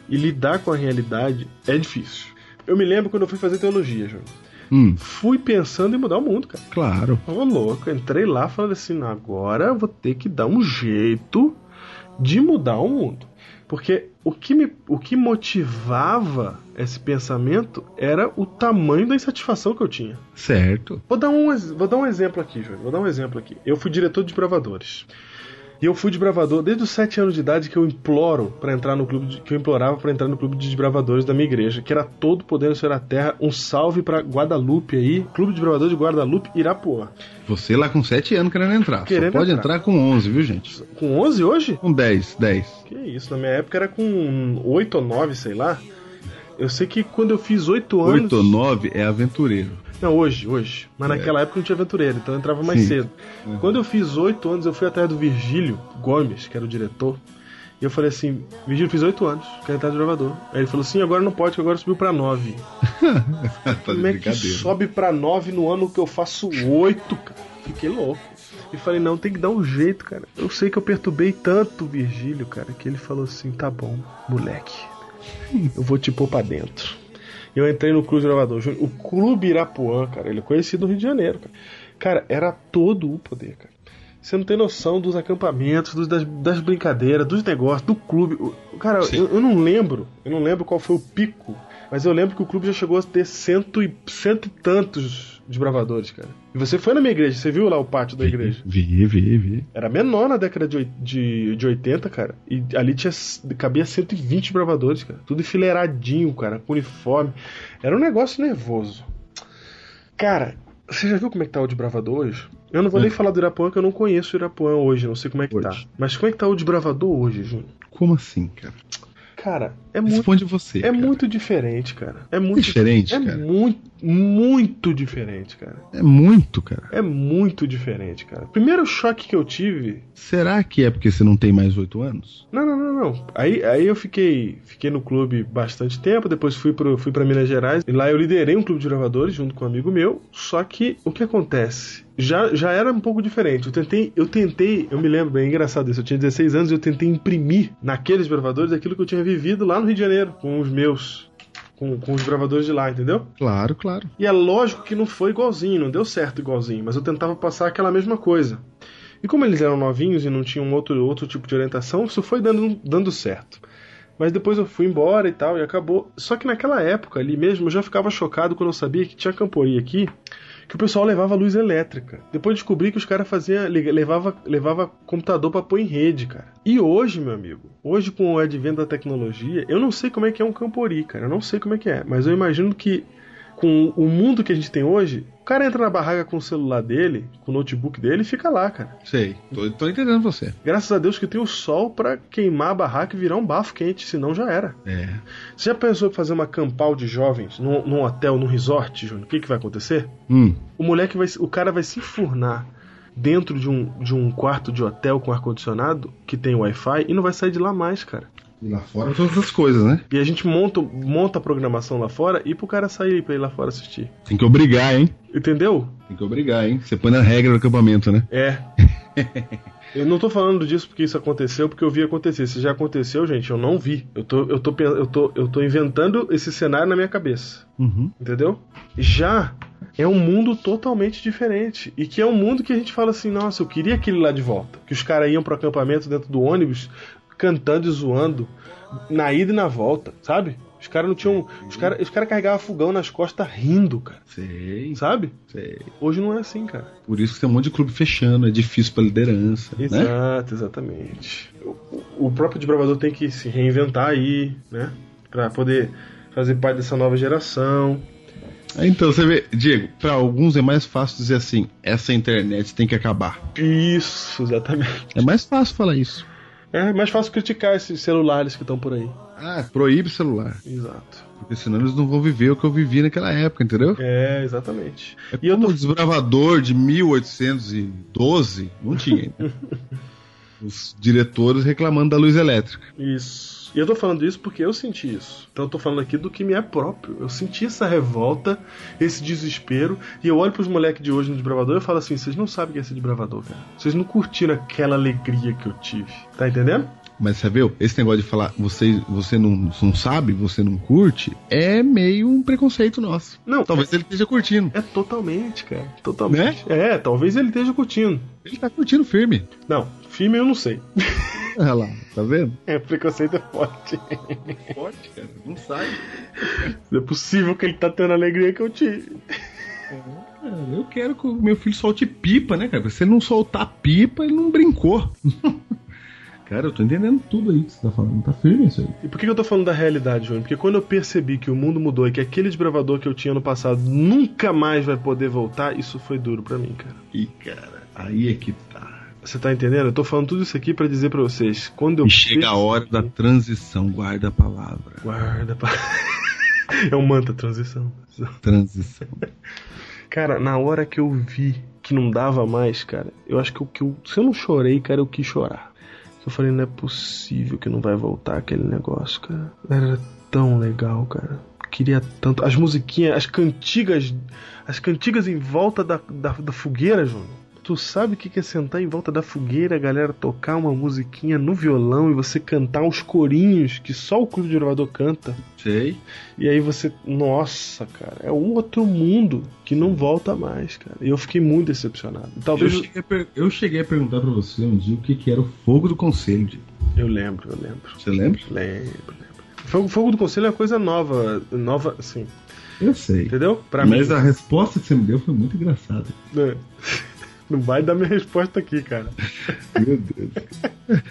S3: E lidar com a realidade é difícil. Eu me lembro quando eu fui fazer teologia, Júnior.
S2: Hum,
S3: Fui pensando em mudar o mundo, cara.
S2: claro.
S3: Tava louco, eu entrei lá falando assim, "Não, agora eu vou ter que dar um jeito de mudar o mundo. Porque o que, me, o que motivava esse pensamento era o tamanho da insatisfação que eu tinha.
S2: Certo.
S3: Vou dar um, ex- vou dar um exemplo aqui, Júlio. Vou dar um exemplo aqui. Eu fui diretor de bravadores. E eu fui de bravador desde os 7 anos de idade que eu imploro para entrar no clube de- que eu implorava para entrar no clube de bravadores da minha igreja, que era todo podendo ser a terra. Um salve para Guadalupe aí, Clube de Bravadores de Guadalupe Irapuã.
S2: Você lá com 7 anos querendo entrar.
S3: Querendo
S2: só pode
S3: entrar.
S2: entrar. com 11, viu, gente?
S3: Com 11 hoje?
S2: Com 10, 10.
S3: Que isso, na minha época era com 8 ou 9, sei lá. Eu sei que quando eu fiz 8 anos.
S2: 8 ou 9 é aventureiro.
S3: Não, hoje, hoje. Mas naquela época eu não tinha aventureiro, então eu entrava mais
S2: Sim. É.
S3: cedo. Quando eu fiz 8 anos, eu fui atrás do Virgílio Gomes, que era o diretor. E eu falei assim: Virgílio, fiz 8 anos, quero entrar de gravador. Aí ele falou assim: agora não pode, que agora subiu pra 9.
S2: tá de
S3: Como é que
S2: brincadeira.
S3: sobe pra 9 no ano que eu faço 8, cara? Fiquei louco. E falei, não, tem que dar um jeito, cara. Eu sei que eu perturbei tanto o Virgílio, cara, que ele falou assim, tá bom, moleque. Eu vou te pôr pra dentro. Eu entrei no Clube Gravador Júnior. O Clube Irapuã, cara, ele é conhecido no Rio de Janeiro, cara. Cara, era todo o poder, cara. Você não tem noção dos acampamentos, dos- das, das brincadeiras, dos negócios, do clube. O- Cara, eu, eu não lembro. Eu não lembro qual foi o pico. Mas eu lembro que o clube já chegou a ter cento e, cento e tantos de bravadores, cara. E você foi na minha igreja, você viu lá o pátio da igreja?
S2: Vi, vi, vi.
S3: Era menor na década de, oi- de, de 80, cara. E ali tinha cabia 120 bravadores, cara. Tudo enfileiradinho, cara, com uniforme. Era um negócio nervoso. Cara, você já viu como é que tá o de bravador hoje? Eu não vou nem falar do Irapuã, que eu não conheço o Irapuã hoje, não sei como é que tá.
S2: Hum. Hoje.
S3: Mas como é que tá o de bravador hoje, Júnior?
S2: Como assim, cara?
S3: Cara, é muito
S2: Responde você.
S3: é
S2: cara.
S3: muito diferente, cara. É muito
S2: Diferente,
S3: é
S2: cara.
S3: muito, muito diferente, cara.
S2: É muito, cara.
S3: É muito diferente, cara. Primeiro choque que eu tive
S2: Será que é porque você não tem mais 8 anos?
S3: Não, não, não, não. Aí, aí eu fiquei, fiquei no clube bastante tempo, depois fui, pro, fui pra Minas Gerais, e lá eu liderei um clube de gravadores junto com um amigo meu, só que o que acontece? Já, já era um pouco diferente. Eu tentei, eu tentei, eu me lembro bem, é engraçado isso, eu tinha 16 anos e eu tentei imprimir naqueles gravadores aquilo que eu tinha vivido lá no Rio de Janeiro, com os meus, com, com os gravadores de lá, entendeu?
S2: Claro, claro.
S3: E é lógico que não foi igualzinho, não deu certo igualzinho, mas eu tentava passar aquela mesma coisa. E como eles eram novinhos e não tinham outro, outro tipo de orientação, isso foi dando, dando certo. Mas depois eu fui embora e tal, e acabou. Só que naquela época ali mesmo eu já ficava chocado quando eu sabia que tinha camporia aqui, que o pessoal levava luz elétrica. Depois descobri que os caras faziam. li- levava, levava computador pra pôr em rede, cara. E hoje, meu amigo, hoje com o advento da tecnologia, eu não sei como é que é um campori, cara. Eu não sei como é que é. Mas eu imagino que com o mundo que a gente tem hoje, o cara entra na barraca com o celular dele, com o notebook dele e fica lá, cara.
S2: Sei. Tô, tô entendendo você.
S3: Graças a Deus que tem o sol pra queimar a barraca e virar um bafo quente, senão já era.
S2: É.
S3: Você já pensou em fazer uma campal de jovens num, num hotel, num resort, Júnior? O que, que vai acontecer?
S2: Hum.
S3: O moleque vai, se- o cara vai se enfurnar dentro de um, de um quarto de hotel com ar condicionado que tem Wi-Fi e não vai sair de lá mais, cara.
S2: E lá fora todas as coisas, né?
S3: E a gente monta, monta a programação lá fora e pro cara sair pra ir lá fora assistir.
S2: Tem que obrigar, hein?
S3: Entendeu?
S2: Tem que obrigar, hein? Você põe na regra do acampamento, né?
S3: É. Eu não tô falando disso porque isso aconteceu, porque eu vi acontecer. Se já aconteceu, gente, eu não vi. Eu tô, eu tô, pe- eu tô, eu tô inventando esse cenário na minha cabeça.
S2: Uhum.
S3: Entendeu? Já é um mundo totalmente diferente. E que é um mundo que a gente fala assim, nossa, eu queria aquele lá de volta. Que os caras iam pro acampamento dentro do ônibus, cantando e zoando, na ida e na volta, sabe? Os caras não tinham. Os caras os cara carregavam fogão nas costas rindo, cara.
S2: Sei,
S3: Sabe?
S2: sei.
S3: Hoje não é assim, cara.
S2: Por isso que tem um monte de clube fechando, é difícil pra liderança, né?
S3: Exato, exatamente. O, o próprio desbravador tem que se reinventar aí, né? Pra poder fazer parte dessa nova geração.
S2: Então, você vê, Diego, pra alguns é mais fácil dizer assim, essa internet tem que acabar.
S3: Isso, exatamente.
S2: É mais fácil falar isso.
S3: É mais fácil criticar esses celulares que estão por aí.
S2: Ah, proíbe o celular.
S3: Exato.
S2: Porque senão eles não vão viver o que eu vivi naquela época, entendeu?
S3: É, exatamente.
S2: É
S3: E eu
S2: como
S3: tô.
S2: o desbravador de 1812 não tinha ainda. Os diretores reclamando da luz elétrica.
S3: Isso. E eu tô falando isso porque eu senti isso. Então eu tô falando aqui do que me é próprio. Eu senti essa revolta, esse desespero. E eu olho pros moleques de hoje no desbravador e eu falo assim: vocês não sabem o que é ser desbravador, cara. Vocês não curtiram aquela alegria que eu tive. Tá entendendo?
S2: Mas você viu? Esse negócio de falar você, você não, não sabe, você não curte, é meio um preconceito nosso.
S3: Não,
S2: Talvez ele esteja curtindo.
S3: É totalmente, cara. Totalmente.
S2: Né?
S3: É, talvez ele esteja curtindo.
S2: Ele tá curtindo firme.
S3: Não, filme eu não sei.
S2: Olha lá, tá vendo?
S3: É, preconceito é forte.
S2: Forte, cara. Não sai.
S3: Não é possível que ele tá tendo a alegria que eu tive.
S2: Eu quero que o meu filho solte pipa, né, cara? Se ele não soltar pipa, ele não brincou. cara, eu tô entendendo tudo aí que você tá falando. Tá firme isso aí.
S3: E por que eu tô falando da realidade, Júnior? Porque quando eu percebi que o mundo mudou e que aquele desbravador que eu tinha no passado nunca mais vai poder voltar, isso foi duro pra mim, cara.
S2: E, cara, aí é que tá.
S3: Você tá entendendo? Eu tô falando tudo isso aqui pra dizer pra vocês. Quando eu.
S2: E chega a
S3: percebi-
S2: hora da transição, guarda a palavra.
S3: Guarda, pá. É um manta transição.
S2: Transição.
S3: Cara, na hora que eu vi que não dava mais, cara, eu acho que, eu, que eu, se eu não chorei, cara, eu quis chorar. Eu falei, não é possível que não vai voltar aquele negócio, cara. Era tão legal, cara. Queria tanto. As musiquinhas, as cantigas. As cantigas em volta da, da, da fogueira, João. Tu sabe o que que é sentar em volta da fogueira, a galera tocar uma musiquinha no violão e você cantar uns corinhos que só o clube de gravador canta.
S2: Sei.
S3: E aí você, nossa, cara, é um outro mundo que não volta mais, cara. E eu fiquei muito decepcionado.
S2: Eu
S3: Talvez eu,
S2: cheguei, a per- eu cheguei a perguntar pra você um dia o que, que era o fogo do conselho. Diego.
S3: lembro, eu lembro.
S2: Você lembra?
S3: Lembro, lembro. Fogo, fogo do conselho é uma coisa nova, nova, assim,
S2: Eu sei.
S3: entendeu? Pra
S2: Mas
S3: mim,
S2: a resposta que você me deu foi muito engraçada.
S3: né? não vai dar minha resposta aqui, cara.
S2: Meu Deus.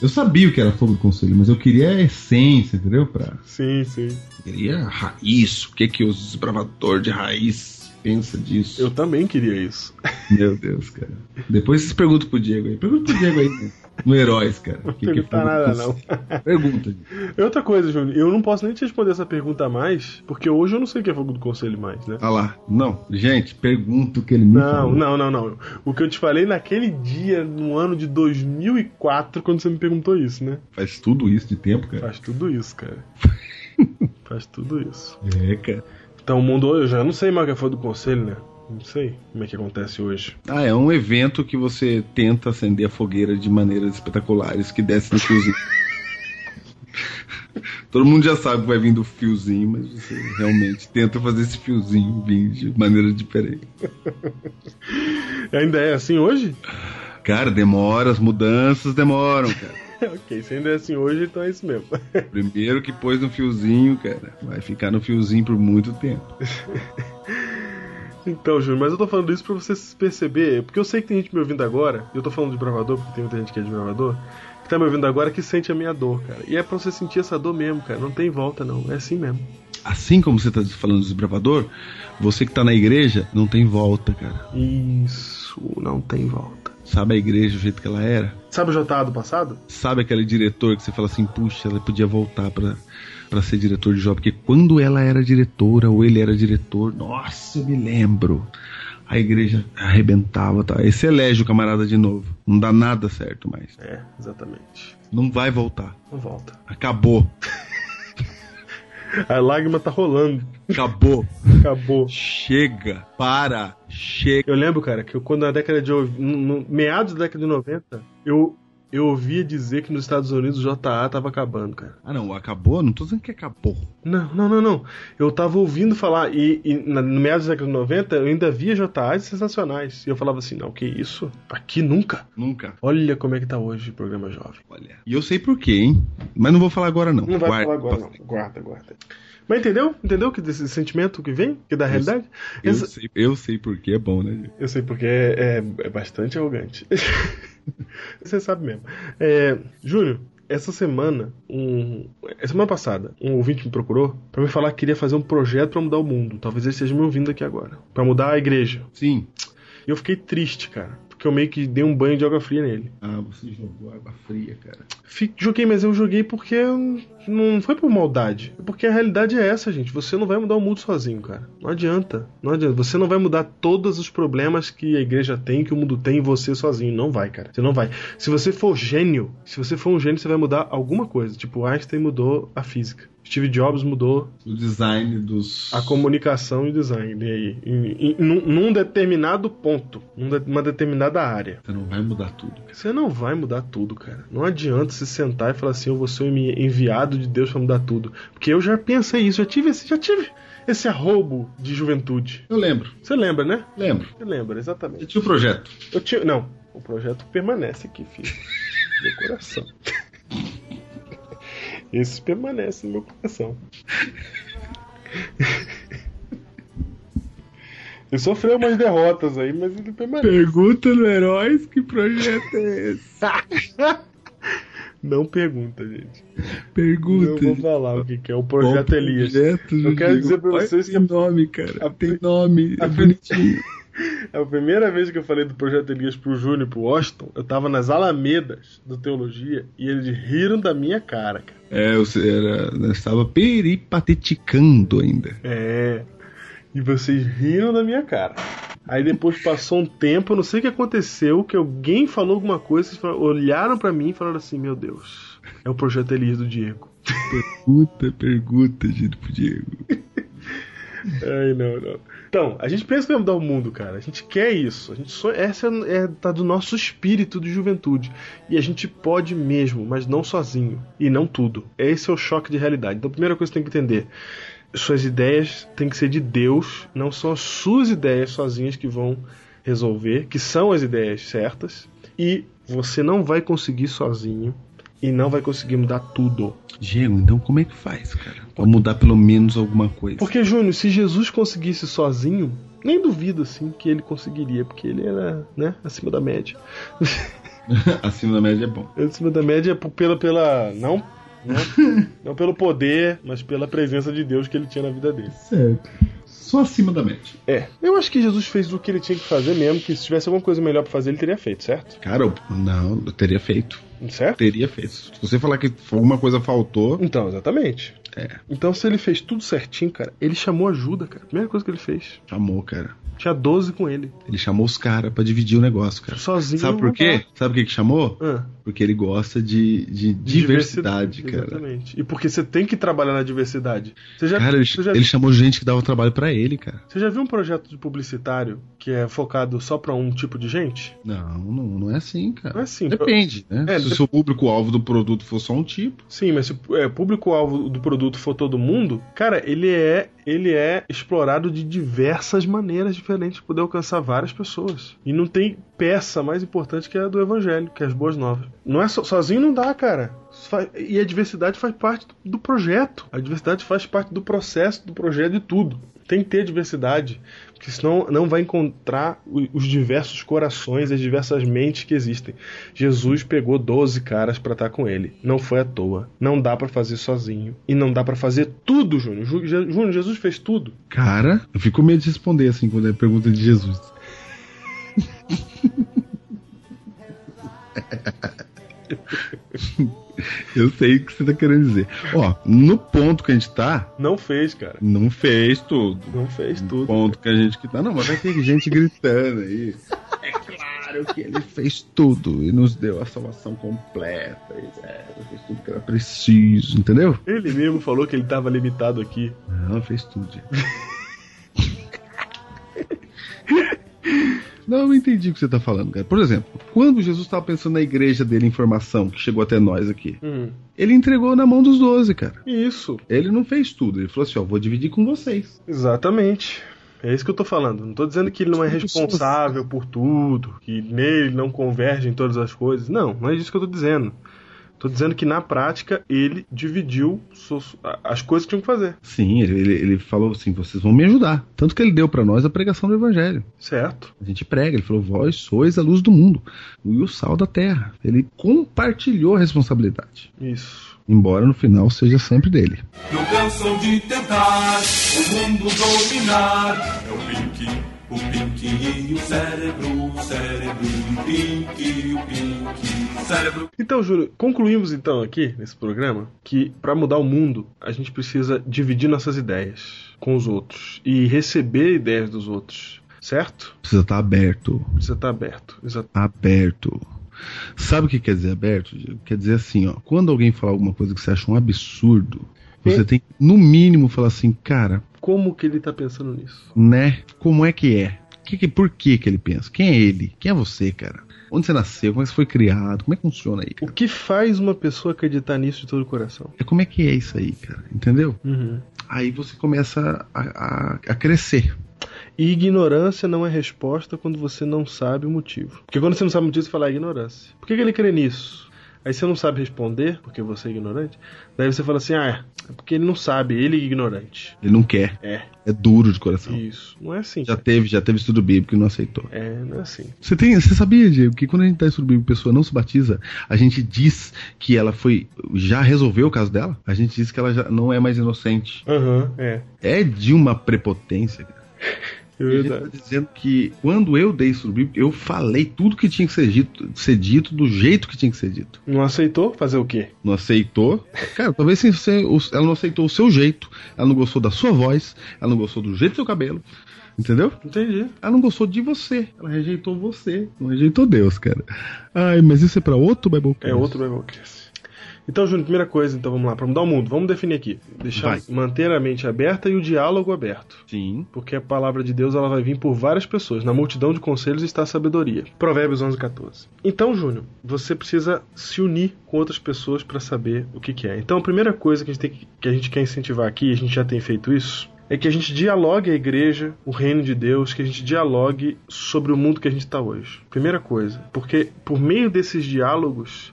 S2: Eu sabia o que era fogo do conselho, mas eu queria a essência, entendeu? Pra...
S3: Sim, sim.
S2: Eu queria a raiz. O que que os desbravador de raiz pensa disso?
S3: Eu também queria isso.
S2: Meu Deus, cara. Depois vocês perguntam pro Diego aí. Pergunta pro Diego aí, né? No Heróis, cara. Não
S3: perguntar nada,
S2: não. Pergunta. Diego.
S3: E outra coisa, Júnior, eu não posso nem te responder essa pergunta mais, porque hoje eu não sei o que é fogo do conselho mais, né?
S2: Ah lá. Não, gente, pergunta o que ele me
S3: Não,
S2: falou.
S3: não, não, não. O que eu te falei naquele dia, no ano de 2004, quando você me perguntou isso, né?
S2: Faz tudo isso de tempo, cara.
S3: Faz tudo isso, cara. Faz tudo isso.
S2: É, cara.
S3: Então o mundo hoje, eu já não sei mais o que foi do conselho, né? Não sei como é que acontece hoje.
S2: Ah, é um evento que você tenta acender a fogueira de maneiras espetaculares que desce no fiozinho. Todo mundo já sabe que vai vir do fiozinho, mas você realmente tenta fazer esse fiozinho vir de maneira diferente.
S3: Ainda é assim hoje?
S2: Cara, demora, as mudanças demoram, cara.
S3: ok, se ainda é assim hoje, então é isso mesmo.
S2: Primeiro que pôs no fiozinho, cara, vai ficar no fiozinho por muito tempo.
S3: então, Júnior, mas eu tô falando isso pra você se perceber, porque eu sei que tem gente me ouvindo agora, e eu tô falando de bravador, porque tem muita gente que é de bravador, que tá me ouvindo agora que sente a minha dor, cara. E é pra você sentir essa dor mesmo, cara. Não tem volta, não. É assim mesmo.
S2: Assim como você tá falando do desbravador, você que tá na igreja não tem volta, cara.
S3: Isso, não tem volta.
S2: Sabe a igreja do jeito que ela era?
S3: Sabe o JA do passado?
S2: Sabe aquele diretor que você fala assim, puxa, ela podia voltar pra, pra ser diretor de jovem, porque quando ela era diretora ou ele era diretor, nossa, eu me lembro. A igreja arrebentava, tá? Aí você elege o camarada de novo. Não dá nada certo mais.
S3: É, exatamente.
S2: Não vai voltar.
S3: Não volta.
S2: Acabou.
S3: A lágrima tá rolando.
S2: Acabou.
S3: Acabou.
S2: Chega. Para. Chega.
S3: Eu lembro, cara, que eu, quando na década de. no- no- meados da década de 90, eu Eu ouvia dizer que nos Estados Unidos o JA tava acabando, cara.
S2: Ah, não, acabou? Não tô dizendo que acabou.
S3: Não, não, não, não. Eu tava ouvindo falar, e, e na, no meados do século 90 eu ainda via JAs sensacionais. E eu falava assim, não, que isso? Aqui nunca.
S2: Nunca.
S3: Olha como é que tá hoje o programa jovem.
S2: Olha. E eu sei por quê, hein? Mas não vou falar agora, não.
S3: Não
S2: Guarda.
S3: vai falar agora, não. Guarda, guarda. Mas entendeu? Entendeu que desse sentimento que vem? Que é da realidade?
S2: Eu
S3: Essa-
S2: sei, eu sei por que é bom, né? gente?
S3: Eu sei porque é, é bastante arrogante. Você sabe mesmo. É, Júlio, essa semana, um, é, semana passada, um ouvinte me procurou pra me falar que queria fazer um projeto pra mudar o mundo. Talvez ele esteja me ouvindo aqui agora. Pra mudar a igreja.
S2: Sim.
S3: E eu fiquei triste, cara. Porque eu meio que dei um banho de água fria nele.
S2: Ah, você jogou água fria, cara.
S3: Fi- joguei, mas eu joguei porque eu- não foi por maldade. Porque a realidade é essa, gente. Você não vai mudar o mundo sozinho, cara. Não adianta. Não adianta. Você não vai mudar todos os problemas que a igreja tem, que o mundo tem, você sozinho. Não vai, cara. Você não vai. Se você for gênio, se você for um gênio, você vai mudar alguma coisa. Tipo, Einstein mudou a física. Steve Jobs mudou
S2: O design dos.
S3: a comunicação e o design. E aí, em- em- num, num determinado ponto, numa determinada área.
S2: Você não vai mudar tudo. cara.
S3: Você não vai mudar tudo, cara. Não adianta se sentar e falar assim, eu vou ser o envi- enviado de Deus pra mudar tudo. Porque eu já pensei isso, já tive esse, já tive esse arrobo de juventude.
S2: Eu lembro,
S3: Você lembra, né?
S2: lembro.
S3: Você lembra,
S2: Eu
S3: exatamente.
S2: tinha o projeto.
S3: Eu tinha. Não, o projeto permanece aqui, filho. Meu coração. Esse permanece no meu coração. Ele sofreu umas derrotas aí, mas ele permanece.
S2: Pergunta no Heróis que projeto é esse?
S3: Não pergunta, gente.
S2: Pergunta.
S3: Eu vou falar o que, que é o projeto Elias. Eu quero dizer pra vocês que
S2: tem nome, cara.
S3: A-
S2: tem nome. É
S3: a-
S2: bonitinho.
S3: é a primeira vez que eu falei do projeto Elias pro Júnior e pro Washington, eu tava nas Alamedas do Teologia e eles riram da minha cara, cara.
S2: É, eu, sei, era, eu estava peripateticando ainda.
S3: É. E vocês riram da minha cara. Aí depois passou um tempo, eu não sei o que aconteceu, que alguém falou alguma coisa, vocês falaram- olharam pra mim e falaram assim: Meu Deus, é o projeto Elias do Diego.
S2: Puta pergunta, gente, pro Diego.
S3: Ai, não, não. Então, a gente pensa que vai mudar o mundo, cara. A gente quer isso. A gente sonha. Essa é, é- tá do nosso espírito de juventude. E a gente pode mesmo, mas não sozinho. E não tudo. Esse é o choque de realidade. Então, a primeira coisa que você tem que entender. Suas ideias têm que ser de Deus. Não são as suas ideias sozinhas que vão resolver, que são as ideias certas. E você não vai conseguir sozinho. E não vai conseguir mudar tudo.
S2: Diego, então como é que faz, cara? Pra mudar pelo menos alguma coisa.
S3: Porque, Júnior, se Jesus conseguisse sozinho, nem duvido assim que ele conseguiria, porque ele era, né, acima da média.
S2: Acima da média é bom.
S3: acima da média por- pela pela não não, não pelo poder, mas pela presença de Deus que ele tinha na vida dele.
S2: Certo. Só acima da média.
S3: É. Eu acho que Jesus fez o que ele tinha que fazer mesmo, que se tivesse alguma coisa melhor pra fazer, ele teria feito, certo?
S2: Cara, eu, não, eu teria feito.
S3: Certo?
S2: Teria feito. Se você falar que alguma coisa faltou.
S3: Então, exatamente.
S2: É.
S3: Então, se ele fez tudo certinho, cara, ele chamou ajuda, cara. Primeira coisa que ele fez.
S2: Chamou, cara.
S3: Tinha 12 com ele.
S2: Ele chamou os caras pra dividir o negócio, cara.
S3: Sozinho.
S2: Sabe por
S3: não
S2: quê?
S3: dá.
S2: Sabe por que que chamou?
S3: Ah.
S2: Porque ele gosta de, de diversidade, cara.
S3: Exatamente. E porque você tem que trabalhar na diversidade. Você já,
S2: Cara, ele,
S3: você já-
S2: ele chamou gente que dava trabalho pra ele, cara.
S3: você já viu um projeto de publicitário que é focado só pra um tipo de gente?
S2: Não, não, não é assim, cara.
S3: Não é assim.
S2: Depende, né?
S3: É,
S2: Se o
S3: dep-
S2: seu público-alvo do produto for só um tipo,
S3: Sim, mas se o é, público-alvo do produto for todo mundo, cara, ele é, ele é explorado de diversas maneiras diferentes para poder alcançar várias pessoas. E não tem peça mais importante que a do evangelho, que é as boas novas. Não é so- sozinho não dá, cara. Isso faz- E a diversidade faz parte do- do projeto. A diversidade faz parte do processo, do projeto e tudo. Tem que ter diversidade, porque senão não vai encontrar o- os diversos corações, as diversas mentes que existem. Jesus pegou 12 caras pra estar com ele. Não foi à toa. Não dá pra fazer sozinho. E não dá pra fazer tudo, Júnior. Ju- Je- Júnior, Jesus fez tudo.
S2: cara, eu fico com medo de responder assim quando é pergunta de Jesus. eu sei o que você tá querendo dizer. Ó, no ponto que a gente tá,
S3: Não fez, cara.
S2: não fez tudo.
S3: Não fez
S2: O
S3: tudo.
S2: ponto que a gente que tá. Não, mas vai ter gente gritando aí. É claro que ele fez tudo e nos deu a salvação completa. E, é, fez tudo que era preciso, entendeu?
S3: Ele mesmo falou que ele tava limitado aqui.
S2: Não, fez tudo. gente. Não, eu entendi o que você tá falando, cara. Por exemplo, quando Jesus estava pensando na igreja dele em formação, que chegou até nós aqui,
S3: Hum.
S2: ele entregou na mão dos doze, cara.
S3: Isso,
S2: Ele não fez tudo, ele falou assim, ó, vou dividir com vocês.
S3: exatamente. É isso que eu tô falando. Não tô dizendo que ele não é responsável por tudo, que nele não convergem todas as coisas. Não, não é isso que eu tô dizendo. Tô dizendo que na prática ele dividiu so- a- as coisas que tinham que fazer,
S2: Sim, ele, ele- ele falou assim, vocês vão me ajudar. Tanto que ele deu pra nós a pregação do evangelho.
S3: certo?
S2: A gente prega, ele falou, vós sois a luz do mundo e o sal da terra. Ele compartilhou a responsabilidade,
S3: Isso.
S2: embora no final seja sempre dele.
S7: Não cansam de tentar o mundo dominar. É o Pink, o Pink e o cérebro, o cérebro, o Pink, o Pink, cérebro.
S3: Então, Júlio, concluímos então aqui nesse programa que para mudar o mundo a gente precisa dividir nossas ideias com os outros e receber ideias dos outros, certo?
S2: Precisa estar aberto,
S3: Precisa estar aberto. Exato.
S2: aberto. Sabe o que quer dizer aberto? Diego? Quer dizer assim, ó, quando alguém falar alguma coisa que você acha um absurdo, você
S3: É.
S2: tem que, no mínimo falar assim, cara,
S3: Como que ele tá pensando nisso?
S2: né? Como é que é? Que que- por que que ele pensa? Quem é ele? Quem é você, cara? Onde você nasceu? Como é que você foi criado? Como é que funciona aí?
S3: O
S2: cara?
S3: que faz uma pessoa acreditar nisso de todo o coração?
S2: É como é que é isso aí, cara? Entendeu?
S3: Uhum.
S2: Aí você começa a, a- a crescer.
S3: E ignorância não é resposta quando você não sabe o motivo. Porque quando você não sabe o motivo, você fala "Ah, ignorância. Por que, que ele crê nisso? Aí você não sabe responder, porque você é ignorante. Daí você fala assim, ah, é porque ele não sabe, ele é ignorante.
S2: Ele não quer.
S3: É,
S2: É duro de coração.
S3: isso. Não é assim.
S2: Já
S3: cara.
S2: teve, já teve estudo bíblico e não aceitou.
S3: É, não é assim.
S2: Você, tem, você sabia, Diego, que quando a gente dá estudo bíblico e a pessoa não se batiza, a gente diz que ela foi. já resolveu o caso dela? A gente diz que ela já não é mais inocente.
S3: Aham, é.
S2: É de uma prepotência, cara.
S3: É
S2: Eu já
S3: verdade.
S2: tô dizendo que quando eu dei estudo bíblico, eu falei tudo que tinha que ser dito, ser dito do jeito que tinha que ser dito.
S3: Não aceitou? Fazer o quê?
S2: Não aceitou. Cara, talvez se você, o- ela não aceitou o seu jeito, ela não gostou da sua voz, ela não gostou do jeito do seu cabelo. Entendeu?
S3: Entendi.
S2: Ela não gostou de você. Ela rejeitou você. Não rejeitou Deus, cara. Ai, mas isso é pra outro Biblecast?
S3: É outro Biblecast. Então, Júnior, primeira coisa, então vamos lá, para mudar o mundo, vamos definir aqui. Deixar,
S2: Vai.
S3: manter a mente aberta e o diálogo aberto.
S2: Sim.
S3: Porque a palavra de Deus ela vai vir por várias pessoas. Na multidão de conselhos está a sabedoria. Provérbios 11, 14. Então, Júnior, você precisa se unir com outras pessoas para saber o que, que é. Então, a primeira coisa que a, gente tem que, que a gente quer incentivar aqui, e a gente já tem feito isso, é que a gente dialogue a igreja, o reino de Deus, que a gente dialogue sobre o mundo que a gente está hoje. Primeira coisa. Porque por meio desses diálogos,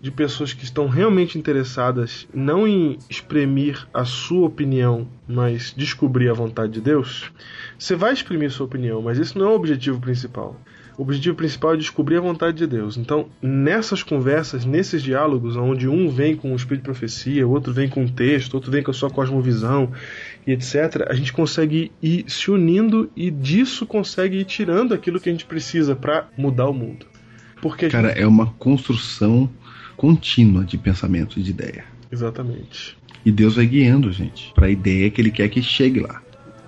S3: de pessoas que estão realmente interessadas não em exprimir a sua opinião, mas descobrir a vontade de Deus, você vai exprimir sua opinião, mas esse não é o objetivo principal. O objetivo principal é descobrir a vontade de Deus. Então, nessas conversas, nesses diálogos, onde um vem com o espírito de profecia, o outro vem com o texto, o outro vem com a sua cosmovisão e etc., a gente consegue ir se unindo e disso consegue ir tirando aquilo que a gente precisa para mudar o mundo. Porque a gente
S2: Cara, é uma construção contínua de pensamento e de ideia.
S3: Exatamente.
S2: E Deus vai guiando a gente pra ideia que ele quer que chegue lá.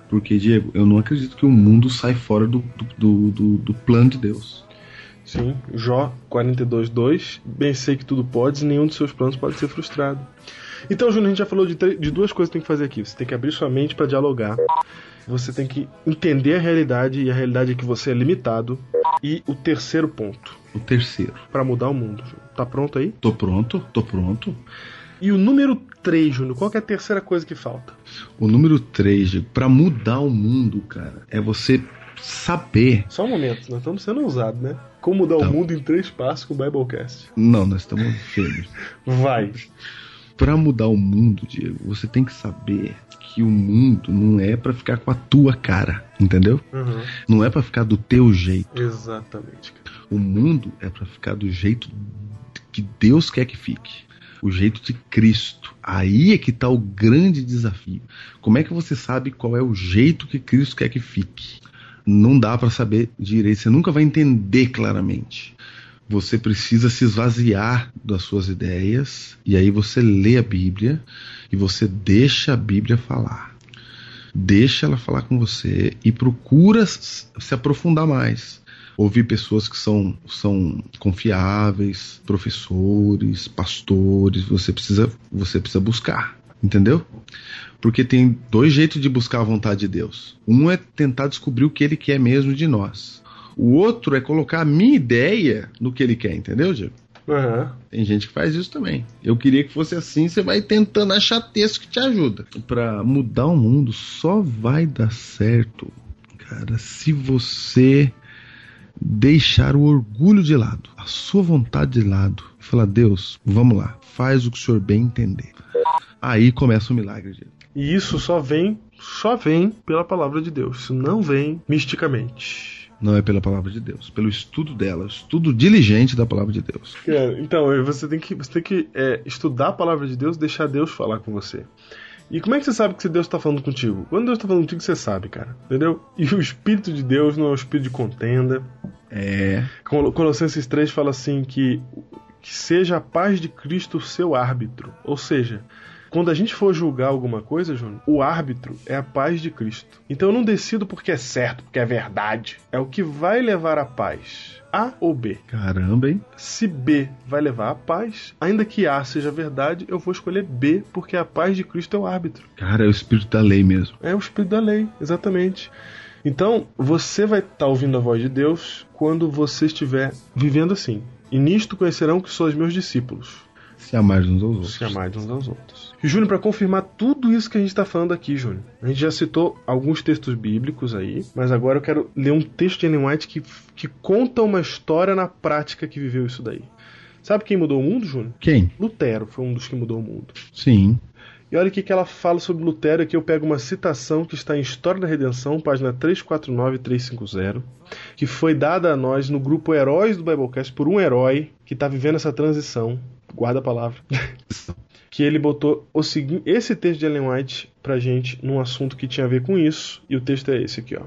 S2: Porque, Diego, eu não acredito que o mundo sai fora do, do, do, do plano de Deus.
S3: Sim, Jó 42.2 Bem sei que tudo podes e nenhum dos seus planos pode ser frustrado. Então, Júnior, a gente já falou de, tre- de duas coisas que tem que fazer aqui. Você tem que abrir sua mente para dialogar. Você tem que entender a realidade, e a realidade é que você é limitado. E o terceiro ponto,
S2: O terceiro.
S3: para mudar o mundo. Júnior. Tá pronto aí?
S2: Tô pronto, tô pronto.
S3: E o número 3, Júnior, qual que é a terceira coisa que falta?
S2: O número 3, pra mudar o mundo, cara, é você saber.
S3: Só um momento, nós estamos sendo ousados, né? Como mudar
S2: Tá.
S3: o mundo em três passos com o Biblecast.
S2: Não, nós estamos cheios.
S3: Vai.
S2: Pra mudar o mundo, Diego, você tem que saber que o mundo não é pra ficar com a tua cara, entendeu?
S3: Uhum.
S2: Não é pra ficar do teu jeito.
S3: Exatamente, cara.
S2: O mundo é pra ficar do jeito que Deus quer que fique. O jeito de Cristo. Aí é que tá o grande desafio. Como é que você sabe qual é o jeito que Cristo quer que fique? Não dá pra saber direito, você nunca vai entender claramente. Você precisa se esvaziar das suas ideias e aí você lê a Bíblia e você deixa a Bíblia falar. Deixa ela falar com você e procura s- se aprofundar mais ouvir pessoas que são, são confiáveis, professores, pastores, você precisa, você precisa buscar, entendeu? Porque tem dois jeitos de buscar a vontade de Deus. Um é tentar descobrir o que ele quer mesmo de nós. O O outro é colocar a minha ideia no que ele quer, entendeu, Diego?
S3: Aham.
S2: Tem gente que faz isso também. Eu queria que fosse assim, você vai tentando achar texto que te ajuda. Pra mudar o mundo só vai dar certo, cara, se você deixar o orgulho de lado, a sua vontade de lado e falar: "Deus, vamos lá, faz o que o senhor bem entender". Aí começa o milagre, Diego.
S3: E isso só vem, só vem pela palavra de Deus. Isso não vem misticamente.
S2: Não é pela palavra de Deus, pelo estudo dela, estudo diligente da palavra de Deus.
S3: Cara, então, eh, você tem que, você tem que eh, estudar a palavra de Deus e deixar Deus falar com você. E como é que você sabe que Deus está falando contigo? Quando Deus está falando contigo, você sabe, cara. Entendeu? E o Espírito de Deus não é um espírito de contenda.
S2: É,
S3: Col- Colossenses 3 fala assim que, que seja a paz de Cristo o seu árbitro. Ou seja, quando a gente for julgar alguma coisa, Júnior, o árbitro é a paz de Cristo. Então eu não decido porque é certo, porque é verdade. É o que vai levar à paz. A ou B.
S2: caramba, hein?
S3: Se B vai levar à paz, ainda que A seja verdade, eu vou escolher B, porque a paz de Cristo é o árbitro.
S2: Cara, é o espírito da lei mesmo.
S3: É o espírito da lei, exatamente. Então, você vai estar ouvindo a voz de Deus quando você estiver vivendo assim. E nisto conhecerão que sois meus discípulos.
S2: Se amar uns aos outros.
S3: Se amais uns aos outros. E, Júnior, para confirmar tudo isso que a gente está falando aqui, Júnior, a gente já citou alguns textos bíblicos aí, mas agora eu quero ler um texto de Ellen White que, que conta uma história na prática que viveu isso daí. Sabe quem mudou o mundo, Júnior?
S2: Quem?
S3: Lutero foi um dos que mudou o mundo.
S2: Sim.
S3: E olha o que que ela fala sobre Lutero, aqui eu pego uma citação que está em História da Redenção, página 349 e 350, que foi dada a nós no grupo Heróis do Biblecast por um herói que está vivendo essa transição, guarda a palavra, que ele botou o seguinte, esse texto de Ellen White pra gente num assunto que tinha a ver com isso, e o texto é esse aqui, ó.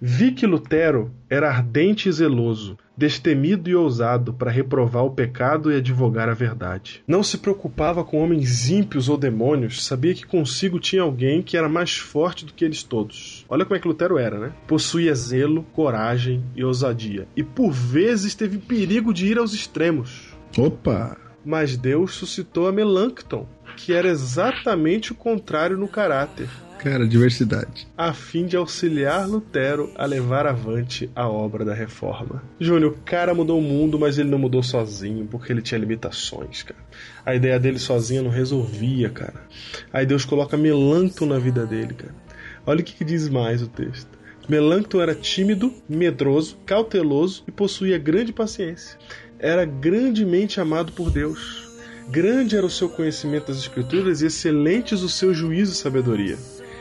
S3: Vi que Lutero era ardente e zeloso, destemido e ousado para reprovar o pecado e advogar a verdade. Não se preocupava com homens ímpios ou demônios, sabia que consigo tinha alguém que era mais forte do que eles todos. Olha como é que Lutero era, né? Possuía zelo, coragem e ousadia, e por vezes teve perigo de ir aos extremos.
S2: Opa!
S3: Mas Deus suscitou a Melancton, que era exatamente o contrário no caráter
S2: Cara, diversidade.
S3: a fim de auxiliar Lutero a levar avante a obra da reforma. Júnior, o cara mudou o mundo, mas ele não mudou sozinho, porque ele tinha limitações, cara. A ideia dele sozinha não resolvia, cara. Aí Deus coloca Melancton na vida dele, cara. Olha o que, que diz mais o texto. Melancton era tímido, medroso, cauteloso e possuía grande paciência. Era grandemente amado por Deus. Grande era o seu conhecimento das Escrituras e excelentes o seu juízo e sabedoria.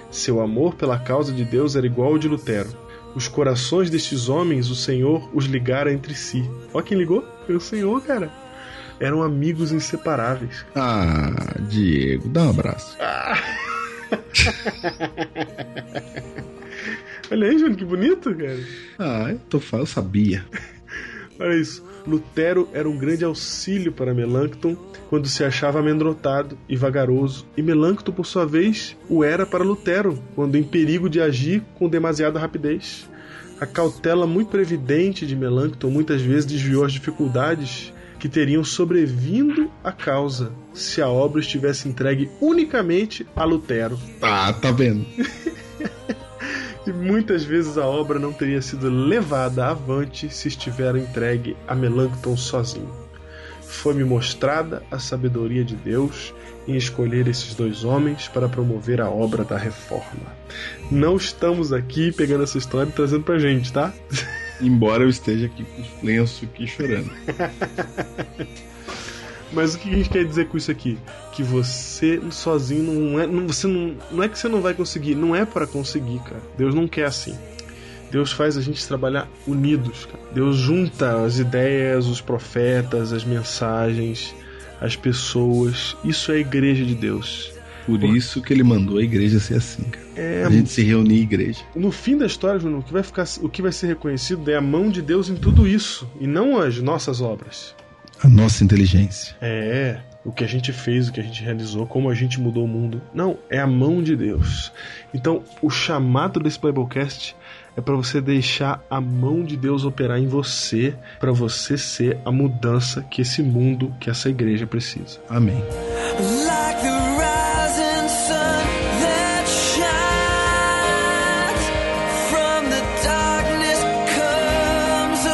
S3: Seu amor pela causa de Deus era igual ao de Lutero. Os corações destes homens, o Senhor os ligara entre si. Ó, quem ligou? Foi o Senhor, cara. Eram amigos inseparáveis.
S2: Ah, Diego, dá um abraço.
S3: Olha aí, Júnior, que bonito, cara.
S2: Ah, eu, tô, fa- eu sabia.
S3: Olha isso. Lutero era um grande auxílio para Melancton quando se achava amedrontado e vagaroso, e Melancton, por sua vez, o era para Lutero quando em perigo de agir com demasiada rapidez. A cautela muito previdente de Melancton muitas vezes desviou as dificuldades que teriam sobrevindo à causa se a obra estivesse entregue unicamente a Lutero.
S2: Ah, tá vendo?
S3: E muitas vezes a obra não teria sido levada avante se estivera entregue a Melancton sozinho. Foi-me mostrada a sabedoria de Deus em escolher esses dois homens para promover a obra da reforma. Não estamos aqui pegando essa história e trazendo pra gente, tá?
S2: Embora eu esteja aqui com lenço aqui chorando.
S3: Mas o que a gente quer dizer com isso aqui? Que você sozinho não é. Não, você não, não é que você não vai conseguir, não é para conseguir, cara. Deus não quer assim. Deus faz a gente trabalhar unidos, cara. Deus junta as ideias, os profetas, as mensagens, as pessoas. Isso é a igreja de Deus.
S2: Por isso que ele mandou a igreja ser assim, cara.
S3: É,
S2: A gente se reunir em igreja.
S3: no fim da história, Juno, o que vai ficar, o que vai ser reconhecido é a mão de Deus em tudo isso e não as nossas obras.
S2: A nossa inteligência.
S3: É, o que a gente fez, o que a gente realizou, como a gente mudou o mundo. Não, é a mão de Deus. Então, o chamado desse Biblecast é para você deixar a mão de Deus operar em você, para você ser a mudança que esse mundo, que essa igreja precisa.
S2: Amém.
S4: Like the rising sun that shines from the darkness comes.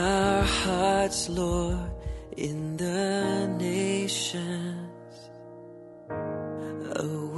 S4: God's law in the nations, awakening.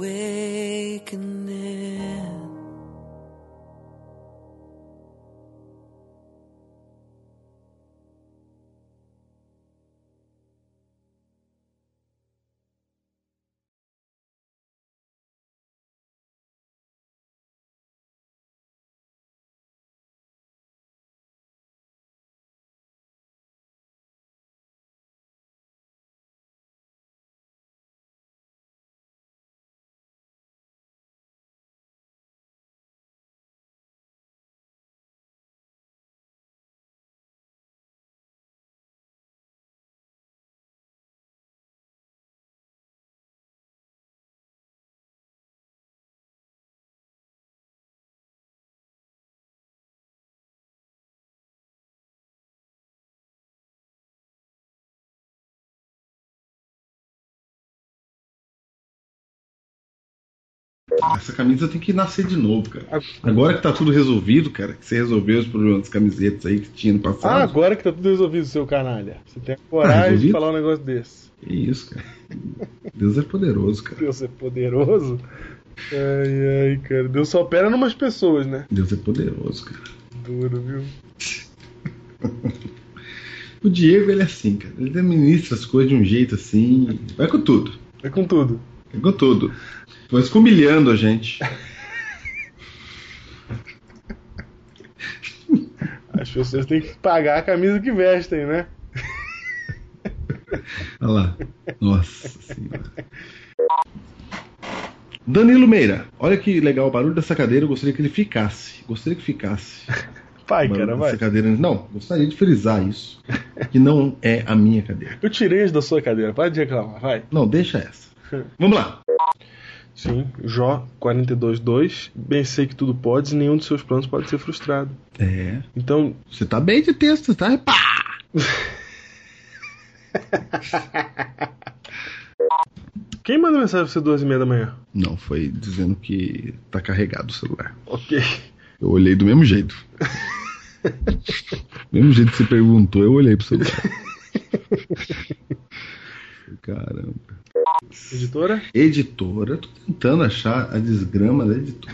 S2: Essa camisa tem que nascer de novo, cara. Agora que tá tudo resolvido, cara, que você resolveu os problemas das camisetas aí que tinha no passado.
S3: Ah, agora que tá tudo resolvido, seu canalha. Você tem a coragem de
S2: resolvido?
S3: falar um negócio desse.
S2: Que é isso, cara. Deus é poderoso, cara.
S3: Deus é poderoso. Ai, ai, cara. Deus só opera numas pessoas, né?
S2: Deus é poderoso, cara.
S3: Duro, viu?
S2: O Diego, ele é assim, cara. Ele administra as coisas de um jeito assim. Vai com tudo.
S3: É com tudo.
S2: Vai com tudo. Foi escumilhando a gente.
S3: As pessoas têm que pagar a camisa que vestem, né?
S2: Olha lá. Nossa senhora. Danilo Meira, olha que legal o barulho dessa cadeira. Eu gostaria que ele ficasse. Gostaria que ficasse.
S3: Vai,
S2: Barulho
S3: cara,
S2: dessa
S3: vai.
S2: cadeira. Não, gostaria de frisar isso. Que não é a minha cadeira.
S3: Eu tirei as da sua cadeira, para de reclamar, vai.
S2: Não, deixa essa. Vamos lá.
S3: Sim, Jó 42.2 Bem sei que tudo podes e nenhum dos seus planos pode ser frustrado.
S2: É.
S3: Então,
S2: Você tá bem de texto, você tá? Pá!
S3: quem manda mensagem pra você duas e meia da manhã?
S2: Não, foi dizendo que tá carregado o celular.
S3: Ok.
S2: Eu olhei do mesmo jeito. do mesmo jeito que você perguntou, eu olhei pro celular. Caramba.
S3: Editora?
S2: Editora, tô tentando achar a desgrama da editora.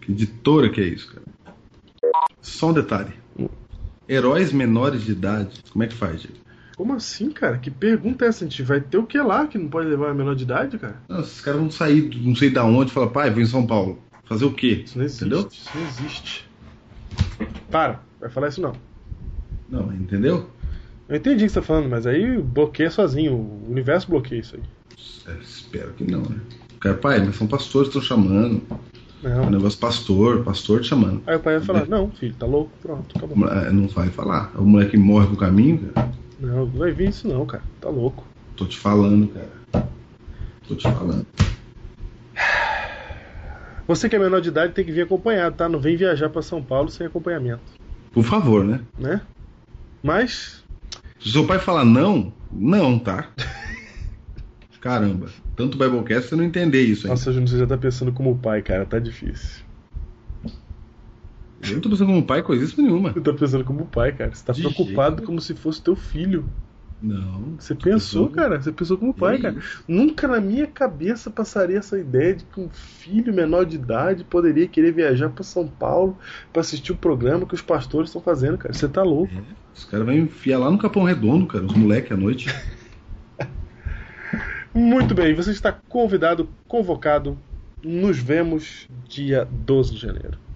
S2: Que editora que é isso, cara? Só um detalhe. Heróis menores de idade. Como é que faz, Diego?
S3: Como assim, cara? Que pergunta é essa? A gente vai ter o que lá que não pode levar a menor de idade, cara?
S2: Não, esses caras vão sair, do- não sei da onde, e falar, pai, vou em São Paulo. Fazer o quê?
S3: Isso não existe.
S2: Entendeu?
S3: Isso não existe. Para, vai falar isso não.
S2: Não, entendeu?
S3: Eu entendi o que você tá falando, mas aí bloqueia sozinho. O universo bloqueia isso aí.
S2: É, espero que não, né? O Cara, pai, mas são pastores que estão chamando. É um
S3: Não.
S2: negócio pastor, pastor te chamando.
S3: Aí o pai vai falar, não, filho, tá louco, pronto, acabou.
S2: É, Não vai falar. O moleque morre no caminho, cara.
S3: Não, não vai vir isso não, cara. Tá louco.
S2: Tô te falando, cara. Tô te falando.
S3: Você que é menor de idade tem que vir acompanhado, tá? Não vem viajar pra São Paulo sem acompanhamento,
S2: Por favor, né?
S3: né? Mas,
S2: Se seu pai falar não, não, tá? Caramba. Tanto Biblecast você não entender isso aí.
S3: nossa, Júnior, você já tá pensando como pai, cara, tá difícil.
S2: Eu não tô pensando como pai coisíssima nenhuma.
S3: Você tá pensando como pai, cara. Você tá
S2: De
S3: preocupado
S2: jeito.
S3: como se fosse teu filho.
S2: Não.
S3: Você pensou,
S2: pensando-
S3: cara. Você pensou como pai,
S2: Que
S3: cara. Nunca na minha cabeça passaria essa ideia de que um filho menor de idade poderia querer viajar pra São Paulo pra assistir o programa que os pastores estão fazendo, cara. Você tá louco.
S2: Os caras vão enfiar lá no Capão Redondo, cara. Os moleques à noite.
S3: Muito bem, você está convidado, convocado. Nos vemos dia 12 de janeiro.